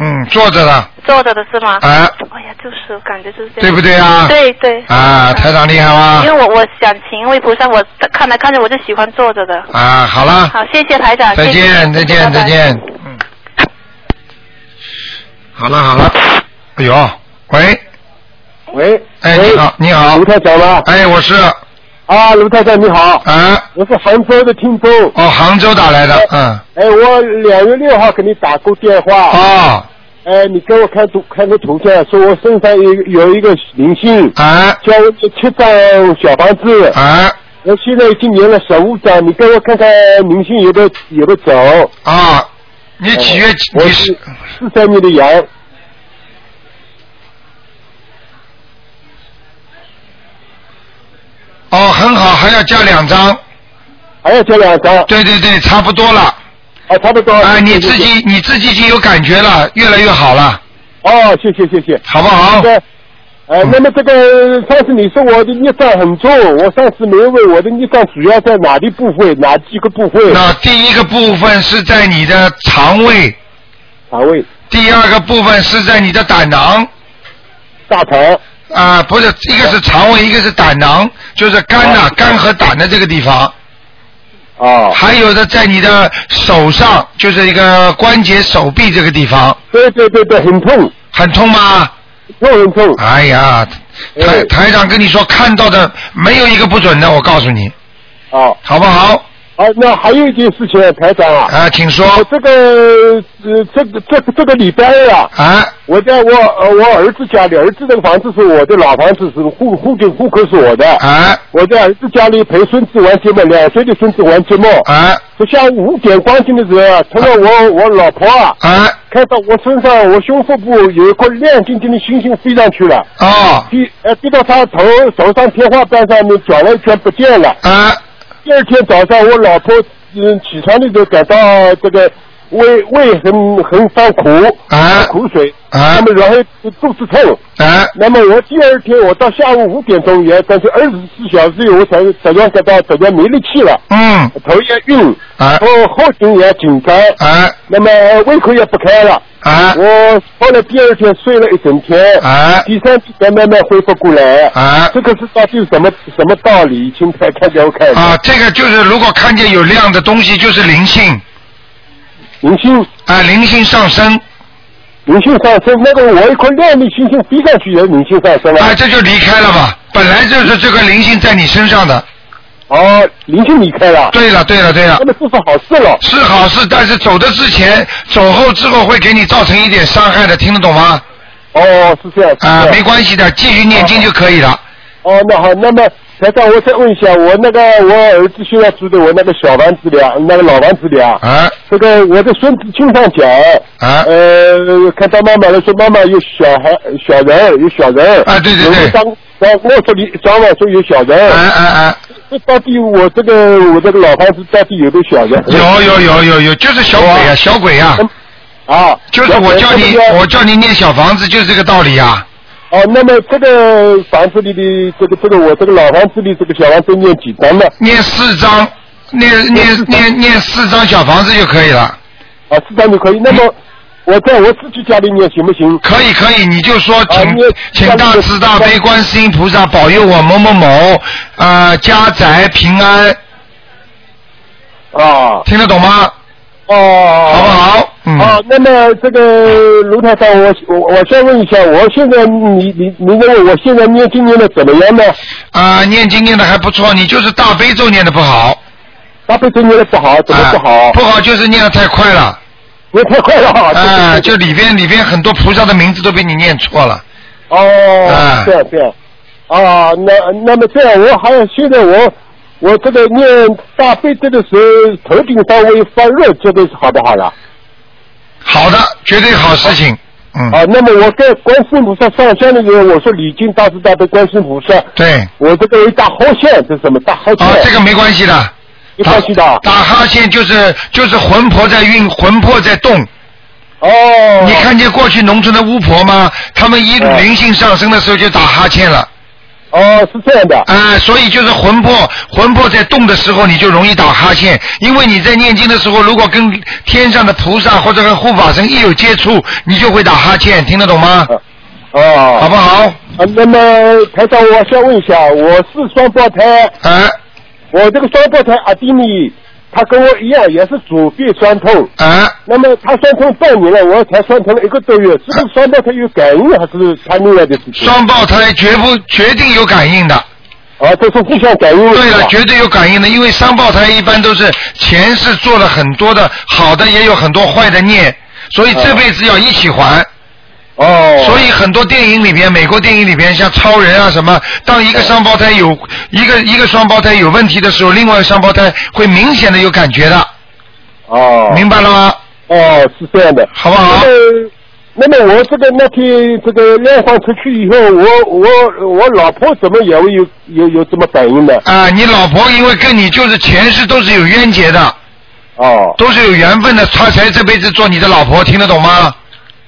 [SPEAKER 1] 嗯，坐着了，
[SPEAKER 15] 坐着的是吗？
[SPEAKER 1] 啊
[SPEAKER 15] 哎呀，就是我感觉就是这样。
[SPEAKER 1] 对不对啊
[SPEAKER 15] 对对。
[SPEAKER 1] 啊，台长厉害吗
[SPEAKER 15] 因？为我我想请一位菩萨，我看来看着我就喜欢坐着的。
[SPEAKER 1] 啊，好了，
[SPEAKER 15] 好，谢谢台长。
[SPEAKER 1] 再
[SPEAKER 15] 谢啊谢
[SPEAKER 1] 见，再见，再。
[SPEAKER 15] 拜拜
[SPEAKER 1] 见，嗯，好了好了，哎呦，喂，
[SPEAKER 16] 喂，
[SPEAKER 1] 哎，
[SPEAKER 16] 喂
[SPEAKER 1] 你好，你好，
[SPEAKER 16] 卢太长吗？
[SPEAKER 1] 哎，我是。
[SPEAKER 16] 啊，卢太长你好。
[SPEAKER 1] 啊。
[SPEAKER 16] 我是杭州的听众。
[SPEAKER 1] 哦，杭州打来的，嗯，
[SPEAKER 16] 哎，我两月六号给你打过电话。
[SPEAKER 1] 啊。
[SPEAKER 16] 哎，你给我看图看个图像，说我身上有有一个灵性。
[SPEAKER 1] 啊。
[SPEAKER 16] 叫我七张小房子。
[SPEAKER 1] 啊。
[SPEAKER 16] 我现在已经念了十五张，你给我看看灵性有的有的走。哎
[SPEAKER 1] 啊。你几月？
[SPEAKER 16] 我是四三年的羊。
[SPEAKER 1] 哦，很好，还要加两张。
[SPEAKER 16] 还要加两张。
[SPEAKER 1] 对对对，差不多了。
[SPEAKER 16] 哦，差不多。
[SPEAKER 1] 啊，你自己你自己已经有感觉了，越来越好了。
[SPEAKER 16] 哦，谢谢谢谢，
[SPEAKER 1] 好不好？嗯
[SPEAKER 16] 对。呃，那么这个上次你说我的孽障很重，我上次没问我的孽障主要在哪里部位，哪几个部位？
[SPEAKER 1] 那第一个部分是在你的肠胃，
[SPEAKER 16] 肠胃。
[SPEAKER 1] 第二个部分是在你的胆囊。
[SPEAKER 16] 大肠。
[SPEAKER 1] 啊，不是，一个是肠胃，一个是胆囊，就是肝
[SPEAKER 16] 啊
[SPEAKER 1] 呐、肝和胆的这个地方。
[SPEAKER 16] 哦。
[SPEAKER 1] 还有的在你的手上，就是一个关节手臂这个地方。
[SPEAKER 16] 对对对对，很痛。
[SPEAKER 1] 很痛吗？
[SPEAKER 16] 痛很痛。
[SPEAKER 1] 哎呀，台台长跟你说看到的没有一个不准的，我告诉你，
[SPEAKER 16] 哦，
[SPEAKER 1] 好不好？
[SPEAKER 16] 啊，那还有一件事情，台长啊，
[SPEAKER 1] 啊，请说。
[SPEAKER 16] 我这个呃，这个这个这个礼拜二啊，
[SPEAKER 1] 啊，
[SPEAKER 16] 我在我呃我儿子家里，儿子那个房子是我的老房子，是户户口户口是我的。
[SPEAKER 1] 啊，
[SPEAKER 16] 我在儿子家里陪孙子玩节目，两岁的孙子玩节目。
[SPEAKER 1] 啊，
[SPEAKER 16] 这下午五点光景的时候啊，他说我我老婆啊，
[SPEAKER 1] 啊，
[SPEAKER 16] 看到我身上我胸腹部有一颗亮晶晶的星星飞上去了。
[SPEAKER 1] 啊，
[SPEAKER 16] 飞呃飞到他头头上天花板上面转了一圈不见了。
[SPEAKER 1] 啊。
[SPEAKER 16] 第二天早上，我老婆嗯起床的时候感到这个胃胃很很犯苦，
[SPEAKER 1] 啊，
[SPEAKER 16] 苦水，
[SPEAKER 1] 啊，
[SPEAKER 16] 那么然后肚子痛，
[SPEAKER 1] 啊，
[SPEAKER 16] 那么我第二天我到下午五点钟也，但是二十四小时以后我才才感到早上没力气了，
[SPEAKER 1] 嗯，
[SPEAKER 16] 头也晕，
[SPEAKER 1] 啊，
[SPEAKER 16] 后后颈也紧张，
[SPEAKER 1] 啊，
[SPEAKER 16] 那么胃口也不开了，
[SPEAKER 1] 啊，
[SPEAKER 16] 我后来第二天睡了一整天，
[SPEAKER 1] 啊，
[SPEAKER 16] 第三天才慢慢恢复过来，
[SPEAKER 1] 啊，
[SPEAKER 16] 这个是到底什么什么道理？请台长给我看一下。
[SPEAKER 1] 啊，这个就是如果看见有亮的东西，就是灵性。
[SPEAKER 16] 灵性
[SPEAKER 1] 啊，灵性上升。
[SPEAKER 16] 灵性上升，那个我一块亮的星星飞上去也灵性上升了。
[SPEAKER 1] 啊，这就离开了吧，本来就是这个灵性在你身上的。
[SPEAKER 16] 哦，灵性离开了。
[SPEAKER 1] 对了，对了，对了。
[SPEAKER 16] 那么这是好事了。
[SPEAKER 1] 是好事，但是走的之前、走后之后会给你造成一点伤害的，听得懂吗？
[SPEAKER 16] 哦，是这样。
[SPEAKER 1] 啊，没关系的，继续念经就可以了。
[SPEAKER 16] 哦，那好，那么台长，我再问一下，我那个我儿子现在住的我那个小房子里啊，那个老房子里啊，
[SPEAKER 1] 啊，
[SPEAKER 16] 这个我的孙子经常讲，
[SPEAKER 1] 啊，
[SPEAKER 16] 呃，看到妈妈了，说妈妈有小孩、小人儿，有小人，
[SPEAKER 1] 啊，对
[SPEAKER 16] 对对，张张我说你张晚说有小人，
[SPEAKER 1] 啊啊啊，
[SPEAKER 16] 这到底我这个我这个老房子到底有没有小人？
[SPEAKER 1] 有有有有有，就是小鬼呀、小鬼呀、
[SPEAKER 16] 啊，
[SPEAKER 1] 就是我叫你，我叫你念小房子，就是这个道理呀、啊
[SPEAKER 16] 哦，那么这个房子里的这个这个我这个老房子里这个小房子念几张呢？
[SPEAKER 1] 念四张，念念念念四张小房子就可以了。嗯
[SPEAKER 16] 啊，四张就可以。那么我在我自己家里念行不行？啊
[SPEAKER 1] 可以可以，你就说请、
[SPEAKER 16] 念
[SPEAKER 1] 请大慈大悲观世音菩萨保佑我某某某啊、呃家宅平安，
[SPEAKER 16] 啊，
[SPEAKER 1] 听得懂吗？
[SPEAKER 16] 哦，好不
[SPEAKER 1] 好？嗯。
[SPEAKER 16] 哦，那么这个卢太太，我我我先问一下，我现在你你你认为我现在念经念的怎么样呢？
[SPEAKER 1] 啊、念经念的还不错，你就是大悲咒念的不好。啊
[SPEAKER 16] 大悲咒念的不好，怎么不好？
[SPEAKER 1] 不好就是念的太快了。
[SPEAKER 16] 念太快了。
[SPEAKER 1] 啊、就里边里边很多菩萨的名字都被你念错了。
[SPEAKER 16] 哦，这样这样，啊，那那么这样，我还有现在我我这个念大悲咒的时候，头顶稍微发热，这个是好不好了？
[SPEAKER 1] 好的，绝对好事情。嗯。
[SPEAKER 16] 啊，那么我在观世音菩萨上香的时候，我说礼敬大慈大悲观世音菩萨，
[SPEAKER 1] 对，
[SPEAKER 16] 我这个有一大好线，这是什么大好线？
[SPEAKER 1] 啊，这个没关系的。
[SPEAKER 16] 没关系的。
[SPEAKER 1] 打哈欠就是就是魂魄在运，魂魄在动。
[SPEAKER 16] 哦。
[SPEAKER 1] 你看见过去农村的巫婆吗？他们一灵性上升的时候就打哈欠了。
[SPEAKER 16] 哎哦，是这样的。
[SPEAKER 1] 啊、所以就是魂魄魂魄在动的时候，你就容易打哈欠，因为你在念经的时候，如果跟天上的菩萨或者跟护法神一有接触，你就会打哈欠，听得懂吗？
[SPEAKER 16] 啊哦，
[SPEAKER 1] 好不好？
[SPEAKER 16] 啊，那么台长，我想问一下，我是双胞胎。
[SPEAKER 1] 啊。
[SPEAKER 16] 我这个双胞胎阿弟呢，他跟我一样，也是左臂酸痛。
[SPEAKER 1] 啊。
[SPEAKER 16] 那么他酸痛半年了，我才酸痛了一个多月，是不是双胞胎有感应，还是他另外的事情？
[SPEAKER 1] 双胞胎绝不决定有感应的。
[SPEAKER 16] 啊，都是互相感应。
[SPEAKER 1] 对了，绝对有感应的，因为双胞胎一般都是前世做了很多的好的，也有很多坏的孽，所以这辈子要一起还。
[SPEAKER 16] 哦。
[SPEAKER 1] 所以很多电影里边，美国电影里边，像超人啊什么，当
[SPEAKER 16] 哦
[SPEAKER 1] 一个双胞胎有一个一个双胞胎有问题的时候，另外双胞胎会明显的有感觉的。
[SPEAKER 16] 哦。
[SPEAKER 1] 明白了吗？
[SPEAKER 16] 哦，是这样的，
[SPEAKER 1] 好不好？
[SPEAKER 16] 那么我这个那天这个亮放出去以后，我我我老婆怎么也会有有有这么感应的？
[SPEAKER 1] 啊，你老婆因为跟你就是前世都是有冤结的。
[SPEAKER 16] 哦。
[SPEAKER 1] 都是有缘分的，她才这辈子做你的老婆，听得懂吗？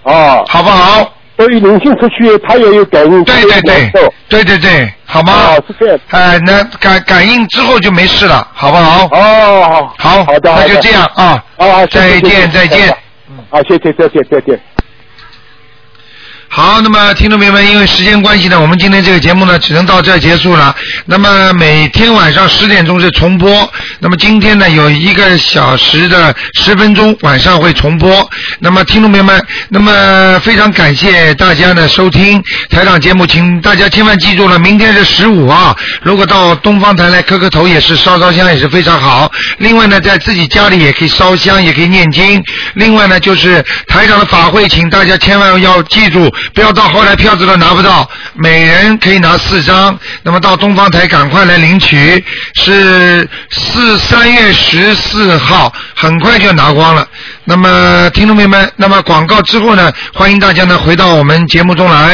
[SPEAKER 16] 哦。
[SPEAKER 1] 好不好？
[SPEAKER 16] 所以灵性出去，他也有感应。
[SPEAKER 1] 对对对，对对对，好吗？
[SPEAKER 16] 哦，是这样。
[SPEAKER 1] 哎、那感感应之后就没事了，好不好？
[SPEAKER 16] 哦，
[SPEAKER 1] 好，
[SPEAKER 16] 好的，好
[SPEAKER 1] 那就
[SPEAKER 16] 的
[SPEAKER 1] 这样啊。
[SPEAKER 16] 啊，谢谢
[SPEAKER 1] 再见嗯
[SPEAKER 16] 谢谢
[SPEAKER 1] 再见
[SPEAKER 16] 啊，谢谢，再见，再见。
[SPEAKER 1] 好，那么听众朋友们，因为时间关系呢，我们今天这个节目呢，只能到这儿结束了。那么每天晚上十点钟是重播，那么今天呢有一个小时的十分钟晚上会重播。那么听众朋友们，那么非常感谢大家的收听台长节目，请大家千万记住了，明天是十五啊，如果到东方台来磕磕头也是烧烧香也是非常好。另外呢，在自己家里也可以烧香，也可以念经。另外呢，就是台长的法会，请大家千万要记住，不要到后来票子都拿不到，每人可以拿四张。那么到东方台赶快来领取，是四三月十四号，很快就拿光了。那么听众朋友们，那么广告之后呢，欢迎大家呢回到我们节目中来。